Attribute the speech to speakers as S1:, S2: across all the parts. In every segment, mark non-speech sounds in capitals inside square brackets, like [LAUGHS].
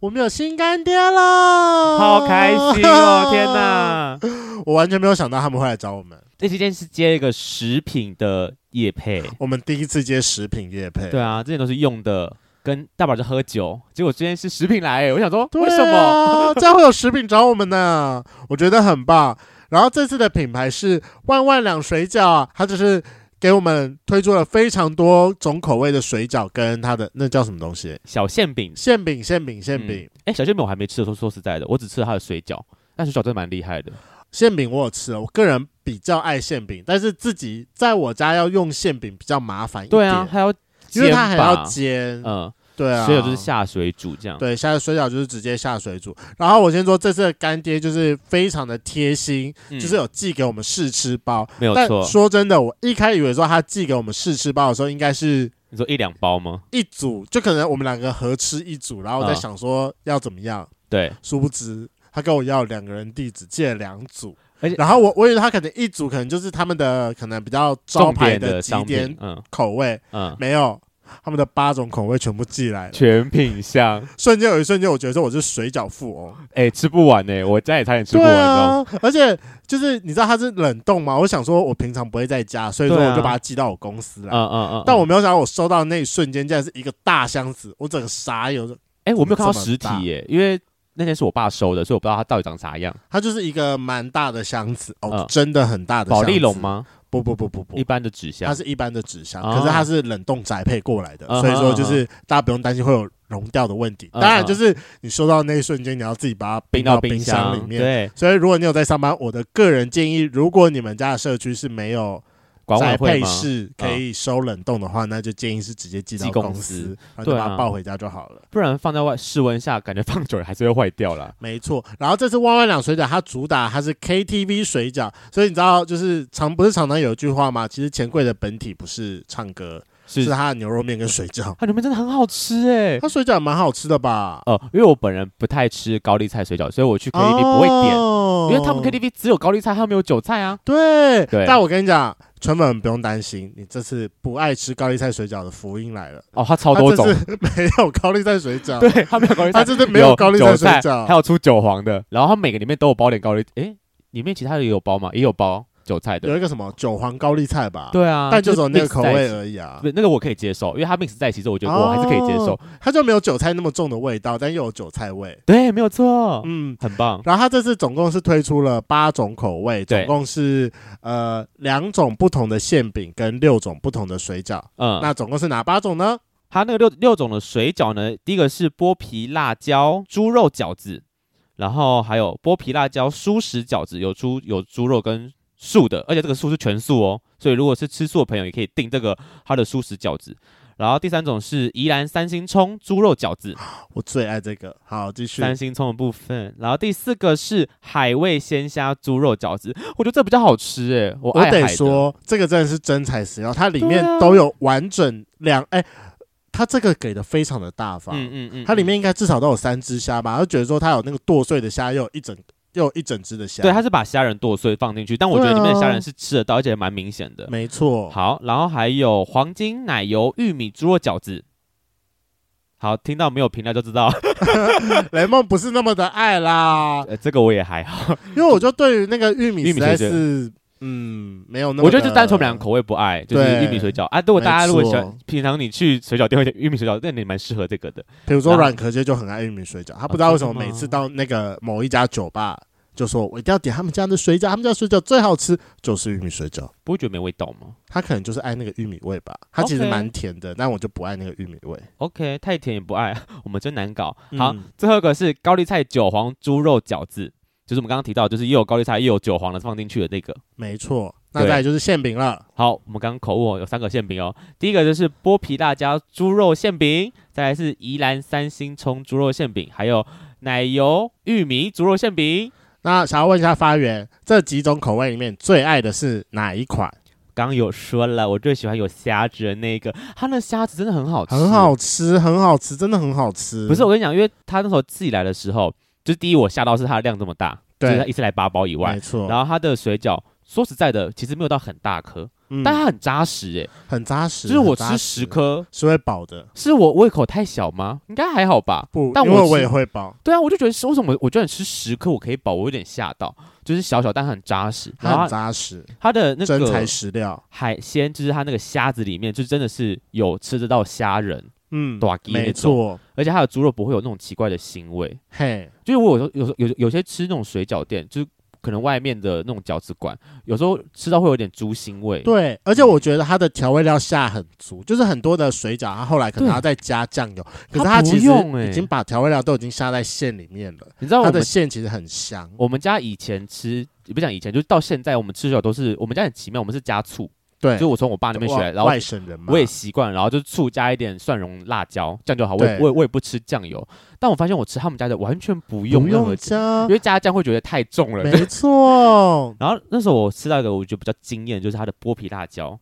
S1: 我们有新干爹了，
S2: 好开心哦！天！哪，
S1: 我完全没有想到他们会来找我们，
S2: 这期间是接一个食品的夜配，
S1: 我们第一次接食品业配，
S2: 对啊，之前都是用的，跟大宝就喝酒，结果今天是食品来、欸，我想说、
S1: 对啊，
S2: 为什么？
S1: 这样会有食品找我们呢？我觉得很棒。然后这次的品牌是万万两水饺啊，它就是给我们推出了非常多种口味的水饺，跟它的那叫什么东西？
S2: 小馅饼，
S1: 馅饼，馅饼，馅饼，
S2: 哎、小馅饼我还没吃，说说实在的，我只吃了它的水饺，但水饺真的蛮厉害的，
S1: 馅饼我有吃了，我个人比较爱馅饼，但是自己在我家要用馅饼比较麻烦一点，
S2: 对啊，还要
S1: 因为它还
S2: 煎
S1: 要
S2: 吧
S1: 煎，
S2: 嗯，
S1: 对啊，
S2: 水饺就是下水煮这样，
S1: 对，下水饺就是直接下水煮。然后我先说，这次的干爹就是非常的贴心，
S2: 嗯
S1: 就是有寄给我们试吃包。
S2: 没有
S1: 但
S2: 错。
S1: 说真的，我一开始以为说他寄给我们试吃包的时候，应该是
S2: 你说一两包吗？
S1: 一组，就可能我们两个合吃一组，然后我在
S2: 啊
S1: 想说要怎么样，
S2: 对，
S1: 殊不知。他跟我要两个人地址，借了两组，
S2: 而且
S1: 然后我我以为他可能一组可能就是他们的可能比较招
S2: 重
S1: 牌
S2: 点
S1: 的几
S2: 商
S1: 点
S2: 品，嗯
S1: 口味，
S2: 嗯，
S1: 没有他们的八种口味全部寄来了，
S2: 全品相，
S1: 瞬间有一瞬间我觉得说我是水饺富翁，
S2: 哎、吃不完呢、我家也差点吃不
S1: 对
S2: 完哦。
S1: 啊，而且就是你知道它是冷冻嘛，我想说我平常不会在家，所以说
S2: 对啊
S1: 我就把它寄到我公司
S2: 嗯
S1: 了。
S2: 嗯嗯嗯，
S1: 但我没有想到我收到的那一瞬间竟然是一个大箱子，我整个傻眼。我说
S2: 哎、我没有看到
S1: 这么
S2: 实体
S1: 大
S2: 耶、因为那天是我爸收的，所以我不知道它到底长啥样。
S1: 它就是一个蛮大的箱子哦，
S2: 嗯
S1: 真的很大的箱
S2: 宝
S1: 子。
S2: 丽龙？吗？
S1: 不不不不不
S2: 一，般的纸
S1: 它
S2: 箱，
S1: 是一般的纸箱，
S2: 哦
S1: 可是它是冷冻宅配过来的，
S2: 嗯哼
S1: 所以说就是大家不用担心会有融掉的问题。
S2: 嗯
S1: 当然，就是你收到那一瞬间，你要自己把它
S2: 冰
S1: 到
S2: 到
S1: 冰
S2: 箱
S1: 里面。
S2: 对，啊
S1: 所以，如果你有在上班，我的个人建议，如果你们家的社区是没有
S2: 管委
S1: 宅
S2: 会
S1: 配
S2: 吗？啊
S1: 是可以收冷冻的话，那就建议是直接寄到
S2: 寄公
S1: 公
S2: 司
S1: 司，然后就
S2: 对啊
S1: 把它抱回家就好了。
S2: 不然放在外室温下，感觉放久了还是会坏掉啦。
S1: 没错，然后这次万万两水饺，它主打它是 KTV 水饺，所以你知道，就是常不是常常有一句话吗？其实钱柜的本体不是唱歌，
S2: 是啊
S1: 是它的牛肉面跟水饺。
S2: 它里面真的很好吃哎、
S1: 它水饺蛮好吃的吧？
S2: 呃，因为我本人不太吃高丽菜水饺，所以我去 KTV 不会点，
S1: 哦
S2: 因为他们 KTV 只有高丽菜，他们没有韭菜啊。
S1: 对，
S2: 对
S1: 但我跟你讲，纯粉不用担心，你这次不爱吃高丽菜水饺的福音来了。
S2: 哦，它超多种
S1: 它，这次 [LAUGHS] 没有高丽菜水饺，
S2: [LAUGHS] 对，它没有高丽
S1: 它
S2: 菜，
S1: 这次没有高丽
S2: 韭
S1: 水
S2: 菜，
S1: 饺，
S2: 还有出韭黄的，然后它每个里面都有包点高丽，诶、里面其他的也有包吗？也有包韭菜的，
S1: 有一个什么韭黄高丽菜吧，、
S2: 对啊，
S1: 但就只有那个
S2: mix
S1: 口
S2: 在一
S1: 味
S2: 起
S1: 而已啊
S2: 不，是那个我可以接受，因为它 mix 在一起之后，我觉得我还是可以接受。
S1: 哦它就没有韭菜那么重的味道，但又有韭菜味，
S2: 对，没有错，
S1: 嗯。
S2: 很棒。
S1: 然后它这次总共是推出了八种口味，
S2: 对
S1: 总共是呃两种不同的馅饼跟六种不同的水饺。
S2: 嗯，
S1: 那总共是哪八种呢？
S2: 它那个六六种的水饺呢，第一个是剥皮辣椒猪肉饺子，然后还有剥皮辣椒素食饺子，有猪有猪肉跟素的，而且这个素是全素哦，所以如果是吃素的朋友也可以订这个它的素食饺子。然后第三种是宜兰三星葱猪肉饺子，
S1: 我最爱这个。好，继续。
S2: 三星葱的部分。然后第四个是海味鲜虾猪肉饺子，我觉得这比较好吃诶，我
S1: 我
S2: 爱海
S1: 得
S2: 的
S1: 说，这个真的是真材实料，它里面
S2: 对啊
S1: 都有完整两哎、它这个给的非常的大方。
S2: 嗯嗯嗯，
S1: 它里
S2: 嗯
S1: 面应该至少都有三只虾吧？他觉得说它有那个剁碎的虾，又有一整又有一整只的虾。
S2: 嗯对，它是把虾仁剁碎放进去，但我觉得
S1: 对啊
S2: 里面的虾仁是吃得到，而且蛮明显的。
S1: 没错。
S2: 好，然后还有黄金奶油玉米猪肉饺子。好，听到没有评价就
S1: [LAUGHS]
S2: 知道，
S1: 雷梦不是那么的爱
S2: [LAUGHS]
S1: 啦，
S2: 呃，这个我也还好，
S1: 因为我就对于那个玉米
S2: 玉
S1: 实
S2: 米
S1: 在
S2: 水饺
S1: 是嗯没有那么的。
S2: 我觉得就单纯我们两个口味不爱，就是
S1: 对
S2: 玉米水饺啊。如果大家如果喜
S1: 没错
S2: 欢，平常你去水饺店会点玉米水饺，那你蛮适合这个的。
S1: 比如说
S2: 然后
S1: 软壳蟹就很爱玉米水饺，他不知道为什么
S2: 真的
S1: 每
S2: 吗
S1: 次到那个某一家酒吧就说我一定要点他们家的水饺，他们家水饺最好吃就是玉米水饺。
S2: 不会觉得没味道吗
S1: 他可能就是爱那个玉米味吧，他其实
S2: OK
S1: 蛮甜的，但我就不爱那个玉米味。
S2: ？OK，太甜也不爱，我们真难搞。好，
S1: 嗯
S2: 最后一个是高丽菜韭黄猪肉饺子，就是我们刚刚提到，就是又有高丽菜又有韭黄的放进去的那个。
S1: 没错。那
S2: 对
S1: 再来就是馅饼了，
S2: 好，我们刚刚口误哦有三个馅饼哦。第一个就是剥皮辣椒猪肉馅饼，再来是宜兰三星葱猪肉馅饼，还有奶油玉米猪肉馅饼。
S1: 那想要问一下发源，这几种口味里面最爱的是哪一款？
S2: 刚刚有说了，我最喜欢有虾子的那个，它那虾子真的很好吃，
S1: 很。好吃，很好吃，真的很好吃。
S2: 不是我跟你讲，因为他那时候自己来的时候，就是第一我吓到是它的量这么大，
S1: 对
S2: 就是他一次来八包以外
S1: 没，错。
S2: 然后它的水饺说实在的，其实没有到很大颗，
S1: 嗯
S2: 但它很扎实哎、
S1: 很扎实，
S2: 就是我
S1: 很扎
S2: 吃
S1: 实嗯
S2: 十颗，
S1: 是会饱的，
S2: 是我胃口太小吗？应该还好吧。
S1: 不，
S2: 但
S1: 因
S2: 我
S1: 为
S2: 吃
S1: 我也会饱，
S2: 对啊，我就觉得是为什么我居然吃十颗我可以饱，我有点吓到，就是小小但很扎实。
S1: 它
S2: 然后
S1: 很
S2: 它
S1: 扎实，
S2: 它的那
S1: 真材
S2: 个
S1: 实料，
S2: 海鲜，就是它那个虾子里面，就真的是有吃得到虾仁，
S1: 嗯
S2: 大，鸡
S1: 没
S2: 那种
S1: 错，
S2: 而且它的猪肉不会有那种奇怪的腥味。
S1: 嘿，
S2: 就是我有时候有时候有有些吃那种水饺店，就是可能外面的那种饺子馆，有时候吃到会有点猪腥味。
S1: 对，而且我觉得它的调味料下很足，就是很多的水饺，它后来可能
S2: 对
S1: 还要再加酱油，可是它
S2: 它不
S1: 其实
S2: 用欸
S1: 已经把调味料都已经下在馅里面了，
S2: 你知道我
S1: 它
S2: 们
S1: 的馅其实很香。
S2: 我们家以前吃，也不讲以前，就是到现在我们吃水饺都是我们家很奇妙，我们是加醋，
S1: 对，
S2: 就是我从我爸那边学来，
S1: 外
S2: 然后
S1: 外省人嘛，
S2: 我也习惯了，然后就是醋加一点蒜蓉、辣椒，这样就好。我
S1: 对
S2: 也我也我也不吃酱油，但我发现我吃他们家的完全不用
S1: 不
S2: 任何
S1: 用
S2: 酱，
S1: 加
S2: 因，为加酱会觉得太重了。，
S1: 没错
S2: 然后那时候我吃到一个我觉得比较惊艳，就是它的剥皮辣椒，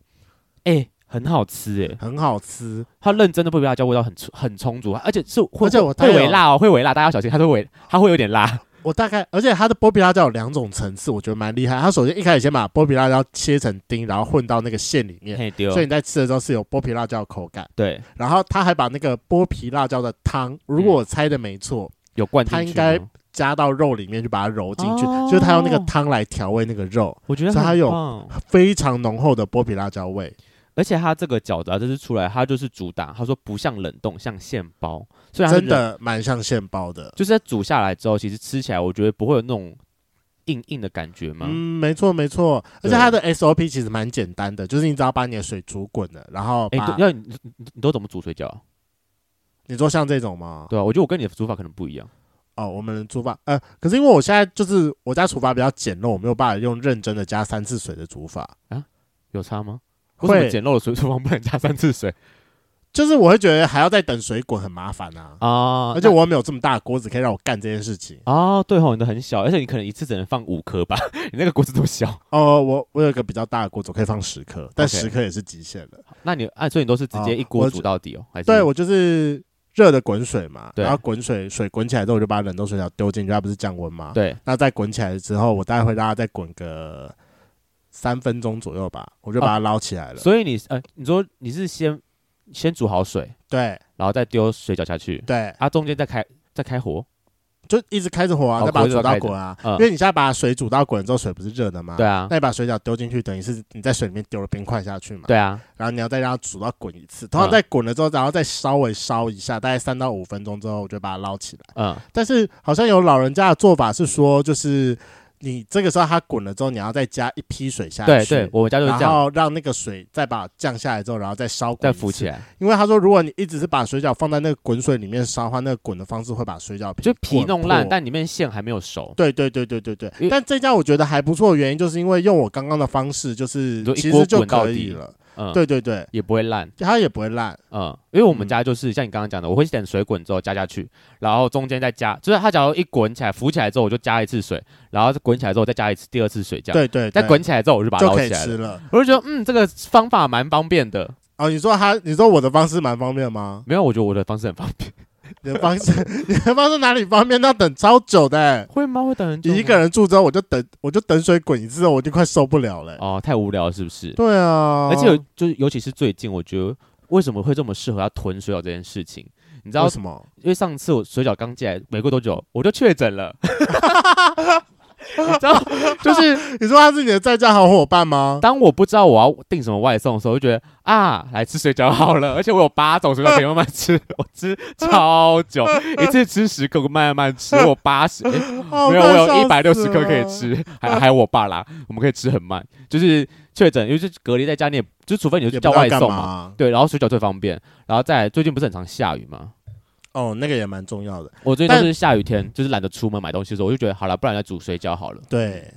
S2: 哎、很好吃哎、
S1: 很好吃，
S2: 它认真的剥皮辣椒味道很充很充足，而且是会
S1: 而且我
S2: 会
S1: 它有
S2: 微辣哦，会微辣，大家要小心，它会微它会有点辣。
S1: 我大概，而且它的剥皮辣椒有两种层次，我觉得蛮厉害。它首先一开始先把剥皮辣椒切成丁，然后混到那个馅里面，
S2: 嘿丢
S1: 所以你在吃的时候是有剥皮辣椒的口感。
S2: 对，
S1: 然后它还把那个剥皮辣椒的汤，如
S2: 嗯
S1: 果我猜的没错，
S2: 有灌进去
S1: 它
S2: 吗。
S1: 应该加到肉里面去把它揉进去，
S2: 哦
S1: 就是它用那个汤来调味那个肉，
S2: 我觉得
S1: 所以它
S2: 很
S1: 有
S2: 棒
S1: 非常浓厚的剥皮辣椒味。
S2: 而且它这个饺子啊，这次出来它就是主打，它说不像冷冻，像现包，虽然它是
S1: 真
S2: 冷，
S1: 的蛮像现包的。
S2: 就是在煮下来之后，其实吃起来我觉得不会有那种硬硬的感觉嘛。
S1: 嗯，没错没错，而且
S2: 对
S1: 它的 SOP 其实蛮简单的，就是你只要把你的水煮滚了，然后
S2: 哎、
S1: 把
S2: 都要你你你你都怎么煮水饺啊、
S1: 你说像这种吗？
S2: 对啊，我觉得我跟你的煮法可能不一样。
S1: 哦，我们的煮法，呃，可是因为我现在就是我家厨房比较简陋，我没有办法用认真的加三次水的煮法，
S2: 有差吗？为什么
S1: 会
S2: 简陋的水厨房不能加三次水
S1: 就是我会觉得还要再等水滚很麻烦啊，
S2: 啊
S1: 而且我又没有这么大的锅子可以让我干这件事情。
S2: 啊，对吼，你的很小，而且你可能一次只能放五颗吧， [LAUGHS] 你那个锅子多小？
S1: 哦，我我有一个比较大的锅子，我可以放十颗，但
S2: OK
S1: 十颗也是极限了。
S2: 那你啊，所以你都是直接
S1: 哦
S2: 一锅
S1: 我
S2: 煮到底哦？还是
S1: 对，我就是热的滚水嘛，
S2: 对
S1: 然后滚水水滚起来之后，我就把冷冻水饺丢进去，它不是降温吗？
S2: 对
S1: 那再滚起来之后，我大概会让它再滚个三分钟左右吧，我就把它捞起来了。
S2: 哦所以你呃，你说你是先先煮好水，
S1: 对
S2: 然后再丢水饺下去，
S1: 对，
S2: 啊，中间再开再开火，
S1: 就一直开着火啊，
S2: 哦
S1: 再把它
S2: 火一直
S1: 煮到
S2: 开着
S1: 滚啊，
S2: 嗯
S1: 因为你现在把水煮到滚之后，水不是热的吗？
S2: 对。啊
S1: 那，你把水饺丢进去，等于是你在水里面丢了冰块下去嘛？
S2: 对啊，
S1: 然后你要再让它煮到滚一次，通常
S2: 嗯
S1: 在滚了之后，然后再稍微烧一下，大概三到五分钟之后，我就把它捞起来。
S2: 嗯，
S1: 但是好像有老人家的做法是说，就是你这个时候它滚了之后，你要再加一批水下去，
S2: 对对，我们家就是这
S1: 然
S2: 样，
S1: 后让那个水再把降下来之后，然后再烧滚
S2: 再
S1: 一
S2: 浮
S1: 次
S2: 起。来，
S1: 因为他说，如果你一直是把水饺放在那个滚水里面烧的话，那个滚的方式会把水饺皮
S2: 就皮
S1: 滚
S2: 弄烂，
S1: 破
S2: 但里面馅还没有熟，
S1: 对对对对对
S2: 因
S1: 对，
S2: 为
S1: 但这家我觉得还不错，原因就是因为用我刚刚的方式，就是
S2: 你说一
S1: 其
S2: 锅
S1: 实就
S2: 滚到
S1: 可以
S2: 底
S1: 了。
S2: 嗯，
S1: 对对对，
S2: 也不会烂。
S1: 它也不会烂。
S2: 嗯，因为我们
S1: 嗯
S2: 家就是像你刚刚讲的，我会等水滚之后加下去，然后中间再加，就是它假如一滚起来浮起来之后，我就加一次水，然后滚起来之后再加一次第二次水，这样。
S1: 对对，
S2: 再
S1: 对
S2: 滚起来之后，我就把它
S1: 就
S2: 捞
S1: 可以
S2: 起来
S1: 吃
S2: 了。
S1: 了。
S2: 我就觉得，嗯，这个方法蛮方便的。
S1: 哦，你说他，你说我的方式蛮方便吗？
S2: 没有，我觉得我的方式很方便。
S1: 你的方式， [LAUGHS] 你的方式哪里方便？那等超久的、
S2: [LAUGHS]
S1: 欸。
S2: 会吗？会等很久吗？
S1: 一个人住之后，我就等，我就等水滚一次，我就快受不了了欸、
S2: 哦，太无聊了是不是？
S1: 对啊，
S2: 而且有就是尤其是最近，我觉得为什么会这么适合要囤水饺这件事情？你知道
S1: 为，什么？
S2: 因为上次我水饺刚进来没过多久，我就确
S1: [LAUGHS]
S2: 诊了。你知道，就是
S1: [LAUGHS] 你说他是你的在家好伙伴吗？
S2: 当我不知道我要订什么外送的时候，我就觉得啊，来吃水饺好了。而且我有八种水饺可以慢慢吃， [LAUGHS] 我吃超久，一次吃十颗，我慢慢吃，我
S1: [LAUGHS]
S2: 八十、诶
S1: 哦
S2: 没有，我
S1: 快
S2: 有
S1: 笑
S2: 一百六十
S1: 死
S2: 颗可以
S1: 了
S2: 吃，还还有我爸啦，我们可以吃很慢。就是确诊，因为就是隔离在家，你也就除非你
S1: 也
S2: 就
S1: 不
S2: 叫
S1: 知道
S2: 外
S1: 干
S2: 送啊嘛，
S1: 嘛。
S2: 对，然后水饺最方便，然后再来最近不是很常下雨吗？
S1: 哦，那个也蛮重要的。
S2: 我最近都
S1: 但
S2: 是下雨天，就是懒得出门买东西的时候，我就觉得好了，不然来煮水饺好了。
S1: 对。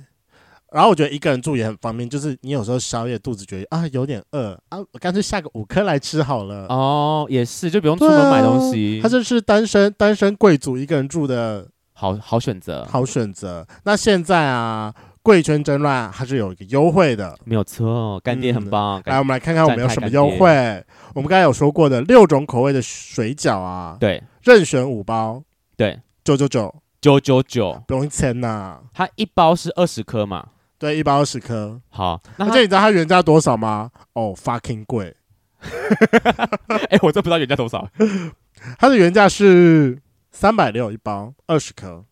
S1: 然后我觉得一个人住也很方便，就是你有时候宵夜肚子觉得啊有点饿啊，我干脆下个五颗来吃好了。
S2: 哦，也是，就不用出
S1: 呃对啊
S2: 门买东西，
S1: 他这是单身单身贵族一个人住的
S2: 好好选择，
S1: 好选择。那现在啊，贵圈争乱还是有一个优惠的。
S2: 没有错，哦干爹
S1: 嗯
S2: 很棒，啊干
S1: 来，我们来看看我们有
S2: 赞太
S1: 什么
S2: 干
S1: 优
S2: 爹
S1: 惠。我们刚才有说过的六种口味的水饺啊，
S2: 对
S1: 任选五包，
S2: 对，
S1: 九九九，
S2: 九九九，
S1: 不用钱呐、
S2: 它一包是二十颗嘛，
S1: 对，一百二十颗。
S2: 好，那
S1: 而
S2: 它
S1: 且你知道它原价多少吗？哦、f u c k i n g 贵，
S2: 哎、我真不知道原价多
S1: [LAUGHS]
S2: 少，
S1: 它的原价是三百六一包，二十颗。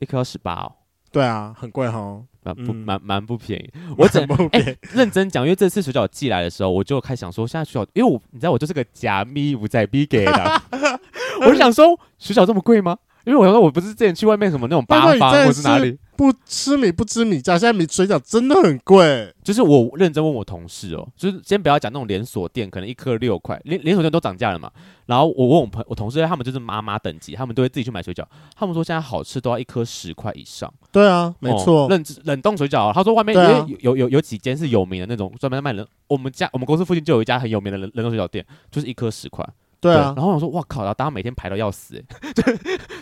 S2: 一颗十八哦，
S1: 对啊，很贵哈，
S2: 蛮不
S1: 嗯
S2: 蛮蛮、不便宜。我
S1: [LAUGHS]
S2: 整
S1: 很不
S2: 哎、
S1: 便宜
S2: 认真讲，因为这次水饺寄来的时候，我就开始想说，现在水饺，因为我你知道我就是个假咪不在逼给的，我就想说水饺这么贵吗？因为我想说我不是之前去外面什么那种八
S1: 那你
S2: 方
S1: 真的
S2: 或是哪
S1: 是
S2: 里，
S1: 不吃米不知米价，现在米水饺真的很贵。
S2: 就是我认真问我同事哦，就是先不要讲那种连锁店，可能一颗六块，连连锁店都涨价了嘛。然后我问我朋我同事，他们就是妈妈等级，他们都会自己去买水饺，他们说现在好吃都要一颗十块以上。
S1: 对啊，没错。
S2: 哦冷冷冻水饺啊，他说外面因
S1: 对啊
S2: 为有有有有几间是有名的那种专门在卖冷，我们家我们公司附近就有一家很有名的冷冷冻水饺店，就是一颗十块。
S1: 对啊，
S2: 然后我说哇靠，然后大家每天排到要死、欸， [LAUGHS]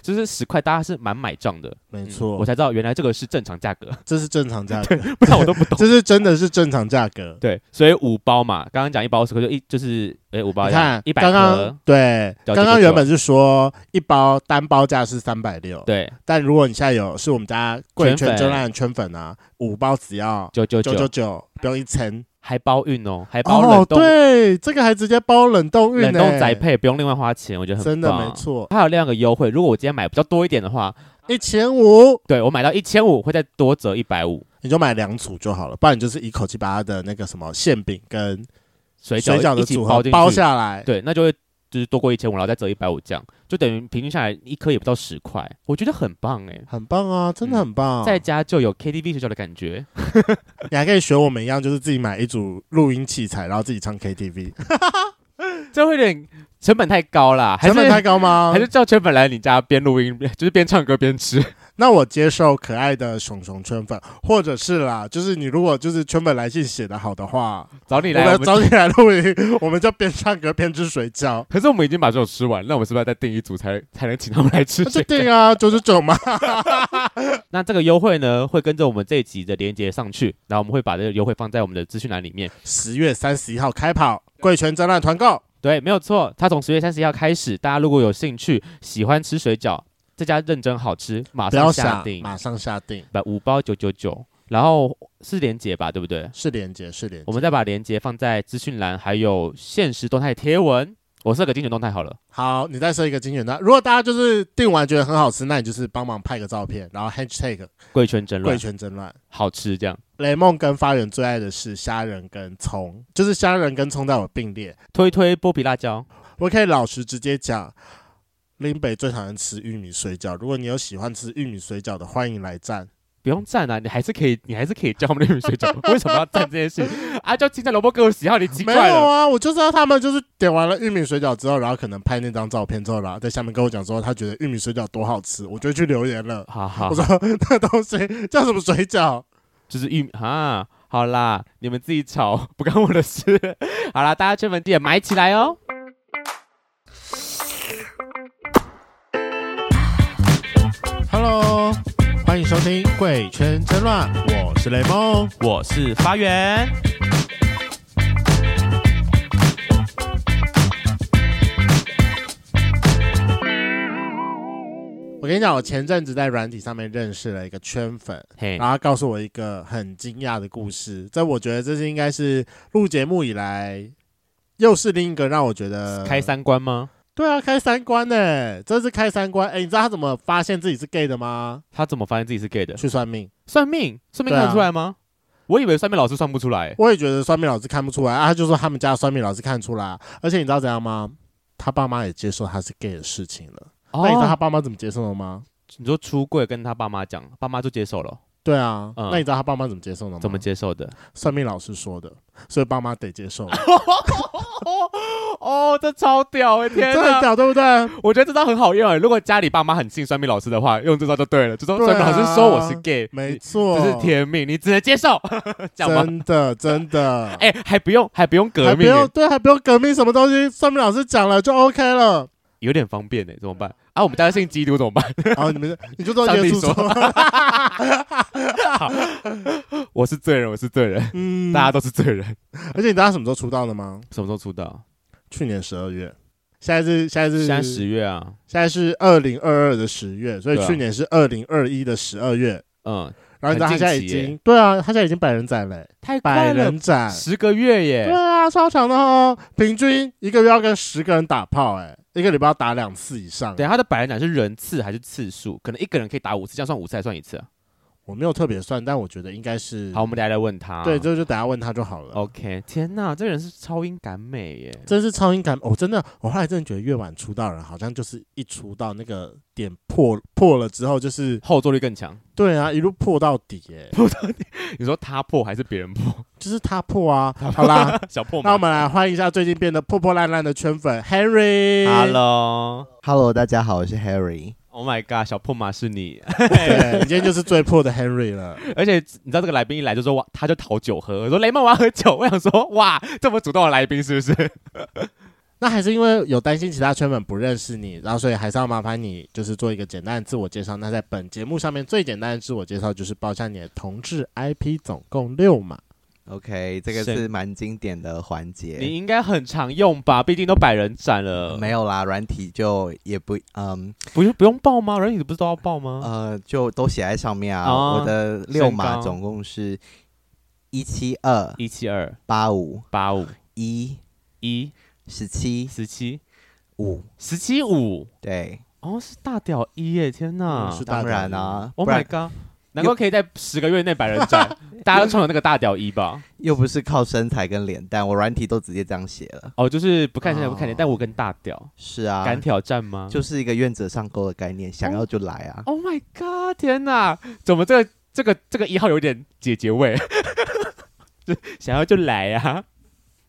S2: 就就是十块，大家是蛮买账的。
S1: 没
S2: 嗯
S1: 错，
S2: 我才知道原来这个是正常价格， [LAUGHS]
S1: 这是正常价格，
S2: 不然我都不
S1: [LAUGHS]
S2: 懂。
S1: 这是真的是正常价格。
S2: 对，所以五包嘛，刚刚讲一包十块就一就是诶五包
S1: 你看，
S2: 一百
S1: 刚
S2: 颗
S1: 刚，对，
S2: 了解
S1: 刚
S2: 不
S1: 刚
S2: 错
S1: 原本是说一包单包价是三百六，
S2: 对
S1: 但如果你现在有是我们家贵
S2: 圈
S1: 圈
S2: 粉
S1: 真爱的圈粉啊，五包只要
S2: 九九
S1: 九九
S2: 九
S1: 九，不用一千。
S2: 还包运哦，还包冷
S1: 哦，
S2: 冻、
S1: 对，这个还直接包冷冻运呢，
S2: 冷冻宅配，不用另外花钱，我觉得很
S1: 真的
S2: 棒
S1: 没。错，
S2: 还有另外一个优惠，如果我今天买比较多一点的话，
S1: 一千五
S2: 对我买到一千五会再多折一百五，
S1: 你就买两组就好了，不然你就是一口气把它的那个什么馅饼跟
S2: 水
S1: 水
S2: 饺
S1: 饺
S2: 一
S1: 的
S2: 起
S1: 组
S2: 包
S1: 合
S2: 进去，
S1: 包下来。
S2: 对，那就会就是多过一千五，然后再折一百五，这样就等于平均下来一颗也不到十块，我觉得很棒哎、
S1: 很棒啊，真
S2: 嗯
S1: 的很棒！
S2: 在家就有 KTV 水饺的感觉，
S1: 你还可以学我们一样，就是自己买一组录音器材，然后自己唱 KTV。
S2: 这会有点成本太高啦，还
S1: 成
S2: 是
S1: 本太高吗
S2: 还？是叫圈粉来你家边录音，就是边唱歌边吃。
S1: 那我接受可爱的熊熊圈粉，或者是啦，就是你如果就是圈粉来信写的好的话，
S2: 找
S1: 我
S2: 你来，我
S1: 们
S2: 们
S1: 找你来录音，我们就边唱歌边吃水饺。
S2: 可是我们已经把这种吃完，那我们是不是要再订一组才才能请他们来吃
S1: 那就
S2: 水
S1: 定啊，九十九嘛。
S2: 那这个优惠呢，会跟着我们这一集的连接上去，然后我们会把这个优惠放在我们的资讯栏里面。
S1: 十月三十一号开跑，贵圈展览团购，
S2: 对，没有错，它从十月三十一号开始，大家如果有兴趣，喜欢吃水饺，这家认真好吃，马
S1: 不要
S2: 上
S1: 想
S2: 下，定，
S1: 马上下定，
S2: 把五包九九九，然后是连结吧，对不对？
S1: 是连接，是连
S2: 我
S1: 接。
S2: 们再把连结放在资讯栏，还有现实动态贴文。我设个精选动态好了，
S1: 好，你再设一个精选的。如果大家就是订完觉得很好吃，那你就是帮忙拍个照片，然后 hashtag
S2: 贵圈争
S1: 贵
S2: 论，
S1: 圈争乱。
S2: 好吃这样
S1: 雷梦跟发源最爱的是虾仁跟葱，就是虾仁跟葱在我并列。
S2: 推推剥皮辣椒，
S1: 我可以老实直接讲，林北最讨厌吃玉米水饺。如果你有喜欢吃玉米水饺的，欢迎来站。
S2: 不用赞啊，你还是可以，你还是可以叫他们那边水饺， [LAUGHS] 为什么要赞这件事啊？叫青菜萝卜各有喜好，你奇
S1: 没
S2: 怪
S1: 有
S2: 了。
S1: 啊，我就知道他们就是点完了玉米水饺之后，然后可能拍那张照片之后，然后在下面跟我讲说他觉得玉米水饺多好吃，我就去留言了。
S2: 好好
S1: 我，说那东西叫什么水饺？ [LAUGHS]
S2: 就是玉米啊，好啦，你们自己炒，不干我的事。好啦，大家圈粉记得买起来哦。
S1: Hello，欢迎收听《贵圈争乱》，我是雷梦。
S2: 我是发源，
S1: 我跟你讲，我前阵子在软体上面认识了一个圈粉，
S2: 嘿，
S1: 然后他告诉我一个很惊讶的故事。这我觉得这是应该是录节目以来，又是另一个让我觉得
S2: 开三关吗？
S1: 对啊，开三观呢、这是开三观。哎、你知道他怎么发现自己是 gay 的吗？
S2: 他怎么发现自己是 gay 的？
S1: 去算命。
S2: 算命，算命
S1: 对啊
S2: 看得出来吗？我以为算命老师算不出来。
S1: 我也觉得算命老师看不出来啊，他就说他们家的算命老师看出来。而且你知道怎样吗？他爸妈也接受他是 gay 的事情了。那你知道他
S2: 哦，
S1: 爸妈怎么接受的吗？
S2: 你说出柜跟他爸妈讲，爸妈就接受了，
S1: 对啊，
S2: 嗯
S1: 那你知道他爸妈怎么接受的吗？
S2: 怎么接受的？
S1: 算命老师说的，所以爸妈得接
S2: [LAUGHS]
S1: 受，
S2: 哦，这超屌哎！天
S1: 真的很
S2: 哪，
S1: 屌，对不对？
S2: 我觉得这招很好用哎。如果家里爸妈很信算命老师的话，用这招就对了。就说
S1: 对啊
S2: 算命老师说我是 gay，
S1: 没
S2: 你
S1: 错，
S2: 这是天命，你只能接受， [LAUGHS] 这样吗？
S1: 真的真的，
S2: [LAUGHS] 哎，还不用，还不用革
S1: 还不
S2: 命
S1: 用
S2: 哎，
S1: 对，还不用革命什么东西，算命老师讲了就 OK 了。 [LAUGHS]
S2: 有点方便哎，怎么办？啊，我们家信基督怎么办？
S1: 然
S2: [LAUGHS]
S1: 后你们你就都
S2: 上
S1: 结
S2: 帝
S1: 束
S2: 说 [LAUGHS]
S1: 说，
S2: 我是罪人，我是
S1: [LAUGHS]
S2: 罪人，
S1: 嗯，
S2: 大家都是罪人。
S1: 而且你知道他什么时候出道的吗？
S2: 什么时候出道？
S1: 去年十二月，现在是现在是
S2: 现在十月啊，
S1: 现在是二零二二的十月，所
S2: 对
S1: 以
S2: 啊
S1: 去年是二零二一的十二月。
S2: 嗯，
S1: 然后你知道他现在
S2: 很
S1: 已
S2: 近期耶
S1: 经对啊，他现在已经百人展了耶，
S2: 太快
S1: 百
S2: 了
S1: 人，展，
S2: 十个月
S1: 对
S2: 耶，
S1: 啊，超长的哦，平均一个月要跟十个人打炮，哎，一个礼拜要打两次以上。
S2: 对，他的啊百人展是人次还是次数？可能一个人可以打五次，这样算五次还算一次啊？
S1: 我没有特别算，但我觉得应该是
S2: 好，我们等一下来问他。
S1: 嗯对，这就等下问他就好了。
S2: 啊 OK，天哪，这个人是超音感美耶！
S1: 真是超音感，我、真的，我后来真的觉得越晚出道的人，好像就是一出道那个点破破了之后，就是
S2: 后坐力更强。
S1: 对啊，一路破到底、耶，
S2: 你说他破还是别人破？ [LAUGHS]
S1: 就是他破啊。好啦，
S2: 小破
S1: 那我
S2: 吗
S1: 们来欢迎一下最近变得破破烂烂的圈粉 Harry。
S2: ？Hello，Oh
S3: Hello，大家好，我是 Harry。
S2: Oh my god，小破马是你。
S1: 对，你今天就是最破的 Harry 了。
S2: 而且你知道这个来宾一来就说哇，他就讨酒喝，我说雷梦我要喝酒，我想说哇，这么主动的来宾是不
S3: [LAUGHS]
S2: 是？
S1: 那还是因为有担心其他圈粉不认识你，然后所以还是要麻烦你，就是做一个简单的自我介绍。那在本节目上面最简单的自我介绍就是报一下你的同志 IP，总共六嘛。
S3: OK，这个
S2: 是
S3: 是蛮经典的环
S2: 你
S3: 节。
S2: 应该很常用吧，毕竟都百人展了，
S3: 没有啦，软体就也不嗯
S2: 不用不用报吗？人你不是都要报吗？
S3: 呃，就都写在上面啊。
S2: 哦
S3: 我的六
S2: 身
S3: 码
S2: 高
S3: 总共是一七二
S2: 一七二
S3: 八五
S2: 八五
S3: 一
S2: 一
S3: 十七
S2: 十七
S3: 五，
S2: 十七五，
S3: 对，
S2: 哦，是大屌一耶！天哪、
S1: 嗯是大
S3: 当然
S1: 屌
S3: 啊，
S2: o
S3: 不
S2: h my
S3: 然
S2: god，难怪可以在十个月内百人
S3: [LAUGHS]
S2: 展，大家都冲着那个大屌一吧？
S3: 又不是靠身材跟脸蛋，我软体都直接这样写了。
S2: 哦，就是不看现在不看
S3: 哦
S2: 脸，但我跟大屌
S3: 是啊，
S2: 敢挑战吗？
S3: 就是一个愿者上钩的概念，想要就来啊。
S2: Oh my god！天哪，怎么这个这个这个一号有点姐姐味？ [LAUGHS] 就想要就来啊！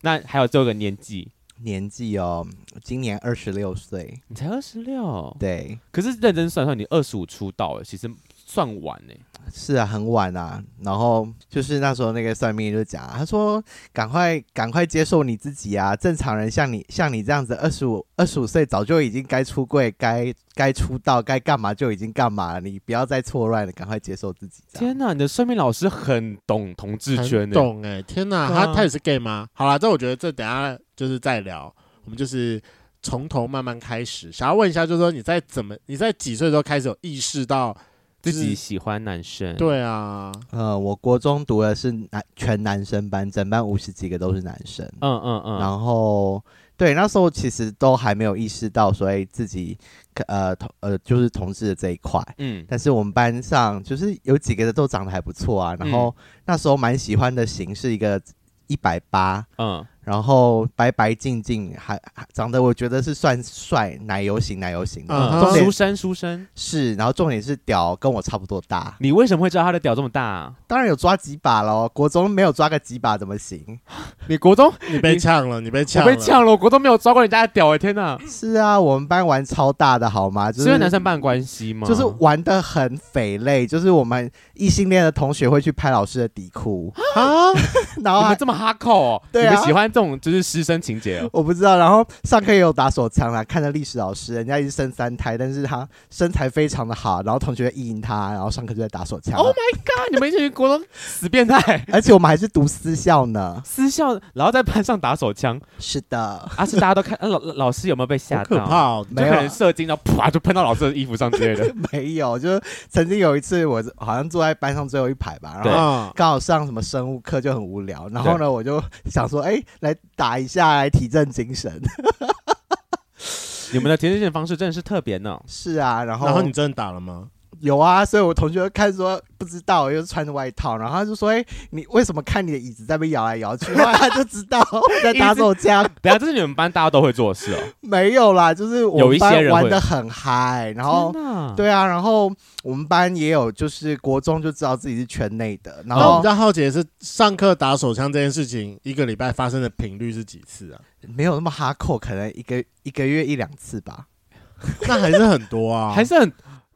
S2: 那还有最后一个年纪，
S3: 年纪哦，今年二十六岁，
S2: 你才二十六，
S3: 对。
S2: 可是认真算算，你二十五出道了，其实算晚呢。
S3: 是啊，很晚啊。然后就是那时候那个算命就讲、啊，他说赶快赶快接受你自己啊，正常人像你像你这样子，二十五二十五岁早就已经该出柜、该该出道、该干嘛就已经干嘛了，你不要再错乱了，赶快接受自己。这样
S2: 天哪，你的算命老师很懂同志圈
S1: 很
S2: 呢。
S1: 懂哎、天哪，
S2: 对啊
S1: 他他也是 gay 吗？好啦，这我觉得这等一下就是再聊，我们就是从头慢慢开始。想要问一下，就是说你在怎么你在几岁的时候开始有意识到
S2: 自己
S1: 就是？
S2: 喜欢男生，，
S1: 对啊，
S3: 呃，我国中读的是男全男生班，整班五十几个都是男生。
S2: 嗯嗯嗯，
S3: 然后对，那时候其实都还没有意识到，所以自己呃同呃就是同志的这一块。
S2: 嗯，
S3: 但是我们班上就是有几个都长得还不错啊，然后那时候蛮喜欢的型是一个一百八，
S2: 嗯，
S3: 然后白白净净，还还长得我觉得是算帅奶油型奶油型的，
S1: 嗯
S3: 重
S1: 哼
S2: 书
S3: 点
S2: 生书生，
S3: 是，然后重点是屌跟我差不多大，
S2: 你为什么会知道他的屌这么大啊？
S3: 当然有抓几把喽，国中没有抓个几把怎么行？
S2: 你国中
S1: 你被呛了，你被
S2: 我
S1: 呛了，
S2: 被呛了，我国中没有抓过人家的屌哎，天哪！
S3: 是啊，我们班玩超大的好吗？就是
S2: 因为男生办关系吗？
S3: 就是玩的很匪类，就是我们异性恋的同学会去拍老师的底裤，
S1: 啊！
S3: [LAUGHS] 然后
S2: 你
S3: 还
S2: 们这么哈扣、哦，
S3: 对啊
S2: 你们喜欢这种就是师生情
S3: [LAUGHS]
S2: 节哦。
S3: 我不知道。然后上课也有打手枪啦，看着历史老师，人家一直生三胎，但是他身材非常的好，然后同学意淫他，然后上课就在打手枪。啊
S2: Oh my god！你们一群国中死变态，
S3: [LAUGHS] 而且我们还是读私校呢。
S2: 私校，然后在班上打手枪，
S3: 是的，
S2: 而、啊、是大家都看、啊、老老师有没有被吓
S1: 好
S2: 到？
S1: 可怕哦！
S2: 就
S3: 没
S2: 可能
S3: 有啊
S2: 射精，然后啪就喷到老师的衣服上之类
S3: [LAUGHS]
S2: 的。
S3: 没有，就是曾经有一次，我好像坐在班上最后一排吧，然后。
S1: 啊，
S3: 刚好上什么生物课就很无聊，然后呢，我就想说，哎、来打一下，来提振精神。
S2: 你们的填志愿方式真的是特别呢。
S3: 是啊，然后
S1: 然后你真的打了吗？
S3: 有啊，所以我同学看说不知道，我又穿着外套，然后他就说：“哎、你为什么看你的椅子在被摇来摇去？”然后他就知道我在打手枪。
S2: 等一下，这是你们班大家都会做的事哦。
S3: 没有啦，就是我
S2: 有一
S3: 们
S2: 些
S3: 班
S2: 人会
S3: 玩的很嗨，然后
S2: 天哪，
S3: 对啊，然后我们班也有，就是国中就知道自己是圈内的，然
S1: 那我
S3: 后
S2: 哦
S1: 比较好奇的是，上课打手枪这件事情，一个礼拜发生的频率是几次啊？ [LAUGHS]
S3: 没有那么哈扣，可能一个一个月一两次吧。
S1: 那还是很多啊，
S2: 还是很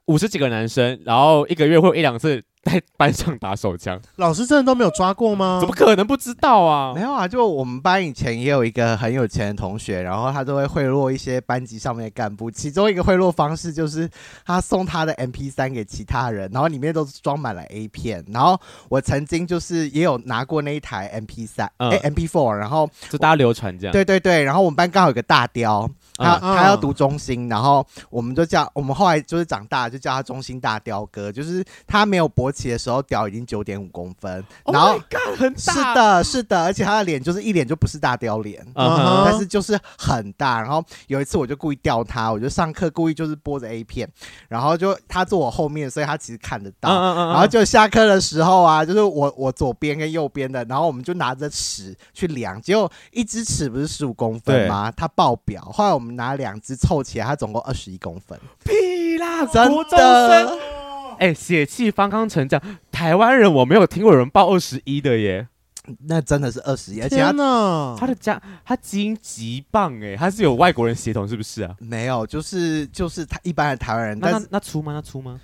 S2: 五十几个男生，然后一个月会有一两次在班上打手枪，
S1: 老师真的都没有抓过吗？
S2: 怎么可能不知道啊
S3: 嗯没？有啊，就我们班以前也有一个很有钱的同学，然后他都会贿赂一些班级上面的干部，其中一个贿赂方式就是他送他的 MP 三给其他人，然后里面都装满了 A 片，然后我曾经就是也有拿过那一台 MP 三、
S2: 嗯
S3: 哎 MP four，然后
S2: 就大家流传这样。
S3: 对对对，然后我们班刚好有个大雕，他、
S1: 嗯
S3: 他要读中心，然后我们就叫我们后来就是长大就叫他中心大雕哥，就是他没有勃起的时候，屌已经九点五公分，然后、
S2: 干 Oh 很
S3: 是，的，是的，而且他的脸就是一脸就不是大雕脸。
S2: 嗯
S1: 嗯
S2: 哼，
S3: 但是就是很大，然后有一次我就故意吊他，我就上课故意就是播着 A 片，然后就他坐我后面，所以他其实看得到，
S2: 嗯嗯嗯，
S3: 然后就下课的时候啊，就是我我左边跟右边的，然后我们就拿着尺去量，结果一只尺不是十五公分吗？它爆表。后来我们拿两只凑起来，它总共二十一公分，
S2: 屁啦，
S3: 真
S2: 国中生。
S3: 的。
S2: 哎，血气方刚成这样，台湾人我没有听过有人报二十一的耶。
S3: 那真的是二十一，而且它
S1: 天哪！
S2: 啊他的家，他基因极棒哎，他是有外国人血统是不是啊？
S3: 没有，就是就是他一般的台湾人，
S2: 那
S3: 嗯但
S2: 那
S3: 是
S2: 那粗吗？那粗吗？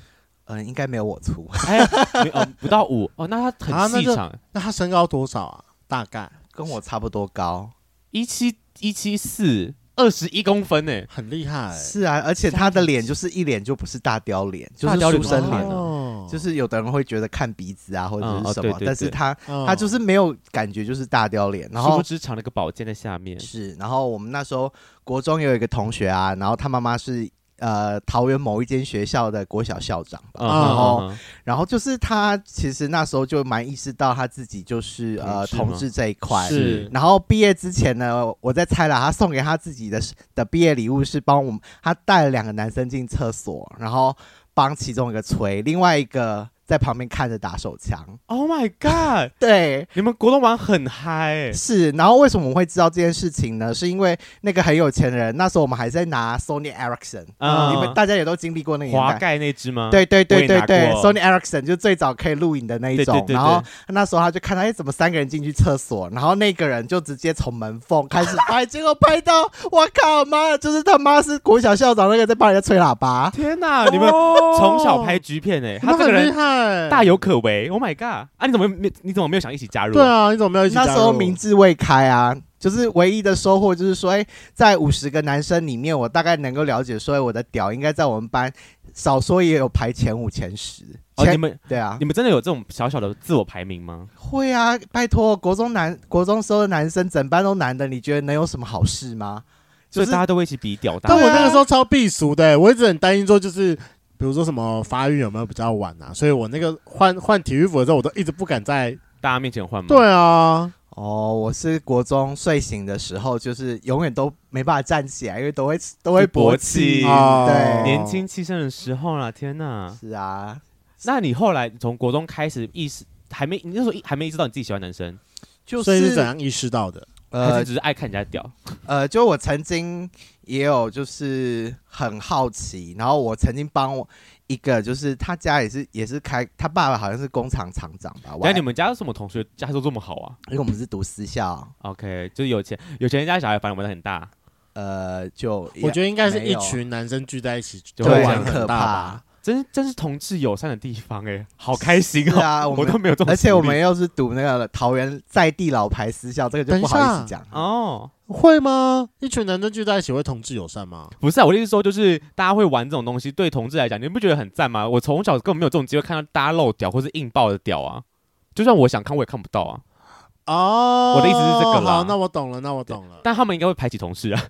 S3: 嗯、应该没有我粗，
S2: 哎，没哦，不到五哦，那
S1: 啊
S2: 他
S1: 那
S2: 很
S1: 就
S2: 细长，
S1: 那他身高多少啊？大概
S3: 跟我差不多高。
S2: 一七一七四，二十一公分哎。
S1: 很厉害，欸
S3: 是啊，而且他的脸就是一脸就不是大雕脸，就
S2: 大
S3: 是
S2: 雕脸
S3: 书生
S2: 怎么看
S3: 脸
S2: 呢。
S1: 哦
S3: 就是有的人会觉得看鼻子啊或者
S2: 嗯哦
S3: 是什
S2: 对
S3: 么，
S2: 对
S3: 但是
S2: 对
S3: 他
S1: 嗯
S3: 他
S2: 哦
S3: 就是没有感觉，就是大雕脸。然
S2: 殊
S3: 后
S2: 不知藏了个宝剑在下面。
S3: 是，然后我们那时候国中有一个同学啊，然后他妈妈是呃桃园某一间学校的国小校长吧，
S2: 嗯
S1: 然
S3: 后
S2: 嗯嗯嗯
S3: 然后就是他其实那时候就蛮意识到他自己就是呃
S2: 同志吗
S3: 同志这一块。
S1: 是
S3: 然后毕业之前呢，我在猜了，他送给他自己的的毕业礼物是帮我们，他带了两个男生进厕所，然后帮其中一个吹，另外一个在旁边看着打手枪。
S2: Oh my god！
S3: 对，
S2: 你们国中玩很嗨欸，
S3: [LAUGHS] 是，然后为什么我们会知道这件事情呢？是因为那个很有钱的人，那时候我们还在拿 Sony Ericsson，、
S2: 啊
S3: 你们大家也都经历过那个
S2: 滑
S3: 年代。
S2: 盖那只吗？
S3: 哎对对对对
S2: 啊我也
S3: 对
S2: 拿过
S3: ，Sony Ericsson 就是最早可以录影的那一
S2: 对
S3: 种。
S2: 对对
S3: 然
S2: 对
S3: 后那时候他就看到，哎，怎么三个人进去厕所，然后那个人就直接从门缝开始拍，结果拍到，我靠妈，就是他妈是国小校长那个在帮人家吹喇叭。
S2: 天哪！你们从小拍剧片哎，
S1: 那
S2: 他这个
S1: 很厉
S2: 人
S3: 嗯
S1: 害，
S2: 大有可为。Oh my god！啊，你怎么没你怎么没有想一起加入？
S1: 对，啊，你怎么没有一起加
S3: 那
S1: 入？
S3: 时候明智未开啊，就是唯一的收获就是说，哎、在五十个男生里面，我大概能够了解说，哎我的屌应该在我们班少说也有排前五、前十。
S2: 哦，
S3: 前、
S2: 你们
S3: 对啊
S2: 你，们真的有这种小小的自我排名吗？
S3: 会啊，拜托，国中男国中时候的男生，整班都男的，你觉得能有什么好事吗？
S2: 所
S3: 就
S2: 以
S3: 是
S2: 大家都会一起比屌大
S1: 但
S2: 吗。
S1: 我那个时候超避俗的、我一直很担心说就是。比如说什么发育有没有比较晚啊？所以我那个换换体育服的时候，我都一直不敢在。
S2: 大家面前换吗？
S1: 对啊，
S3: 哦，我是国中睡醒的时候，就是永远都没办法站起来，因为都会都会
S2: 就勃
S3: 勃起。
S2: 起
S1: 哦
S3: 对，
S2: 年轻气盛的时候啦，天哪！
S3: 是啊，
S2: 那你后来从国中开始意识，还没你那时候还没意识到你自己喜欢男生，
S3: 就
S1: 所以是怎
S3: 是
S1: 样意识到的？
S2: 还
S3: 呃
S2: 是，只是爱看人家屌？
S3: 呃，就我曾经也有就是很好奇，然后我曾经帮我一个，就是他家也是也是开，他爸爸好像是工厂厂长吧，我
S2: 那
S3: 还
S2: 你们家有什么同学家都这么好啊
S3: 因为我们是读私校，
S2: ？OK，就是有钱有钱人家小孩反正玩的很大，
S3: 呃，就
S1: 我觉得应该是
S3: 没
S1: 一
S3: 有
S1: 群男生聚在一起就
S2: 得
S1: 会
S3: 对
S2: 这
S1: 玩
S2: 样
S3: 很
S1: 很
S3: 可
S1: 大吧
S3: 怕。，
S2: 真真是同志友善的地方哎、好开心
S3: 是
S2: 哦！
S3: 啊，我
S2: 我
S3: 们
S2: 都没有这种福利，
S3: 而且我们又是读那个桃园在地老牌私校，这个就不好
S1: 等一
S3: 意
S1: 下
S3: 思讲。嗯
S2: 哦，
S1: 会吗？一群男生聚在一起会同志友善吗？
S2: 不是啊，我的意思说就是大家会玩这种东西，对同志来讲，你不觉得很赞吗？我从小根本没有这种机会看到大家露屌或是硬爆的屌啊，就算我想看我也看不到啊。
S1: 哦，
S2: 我的意思是这个啦
S1: 好，那我懂了，那我懂了。
S2: 但他们应该会排挤同事啊。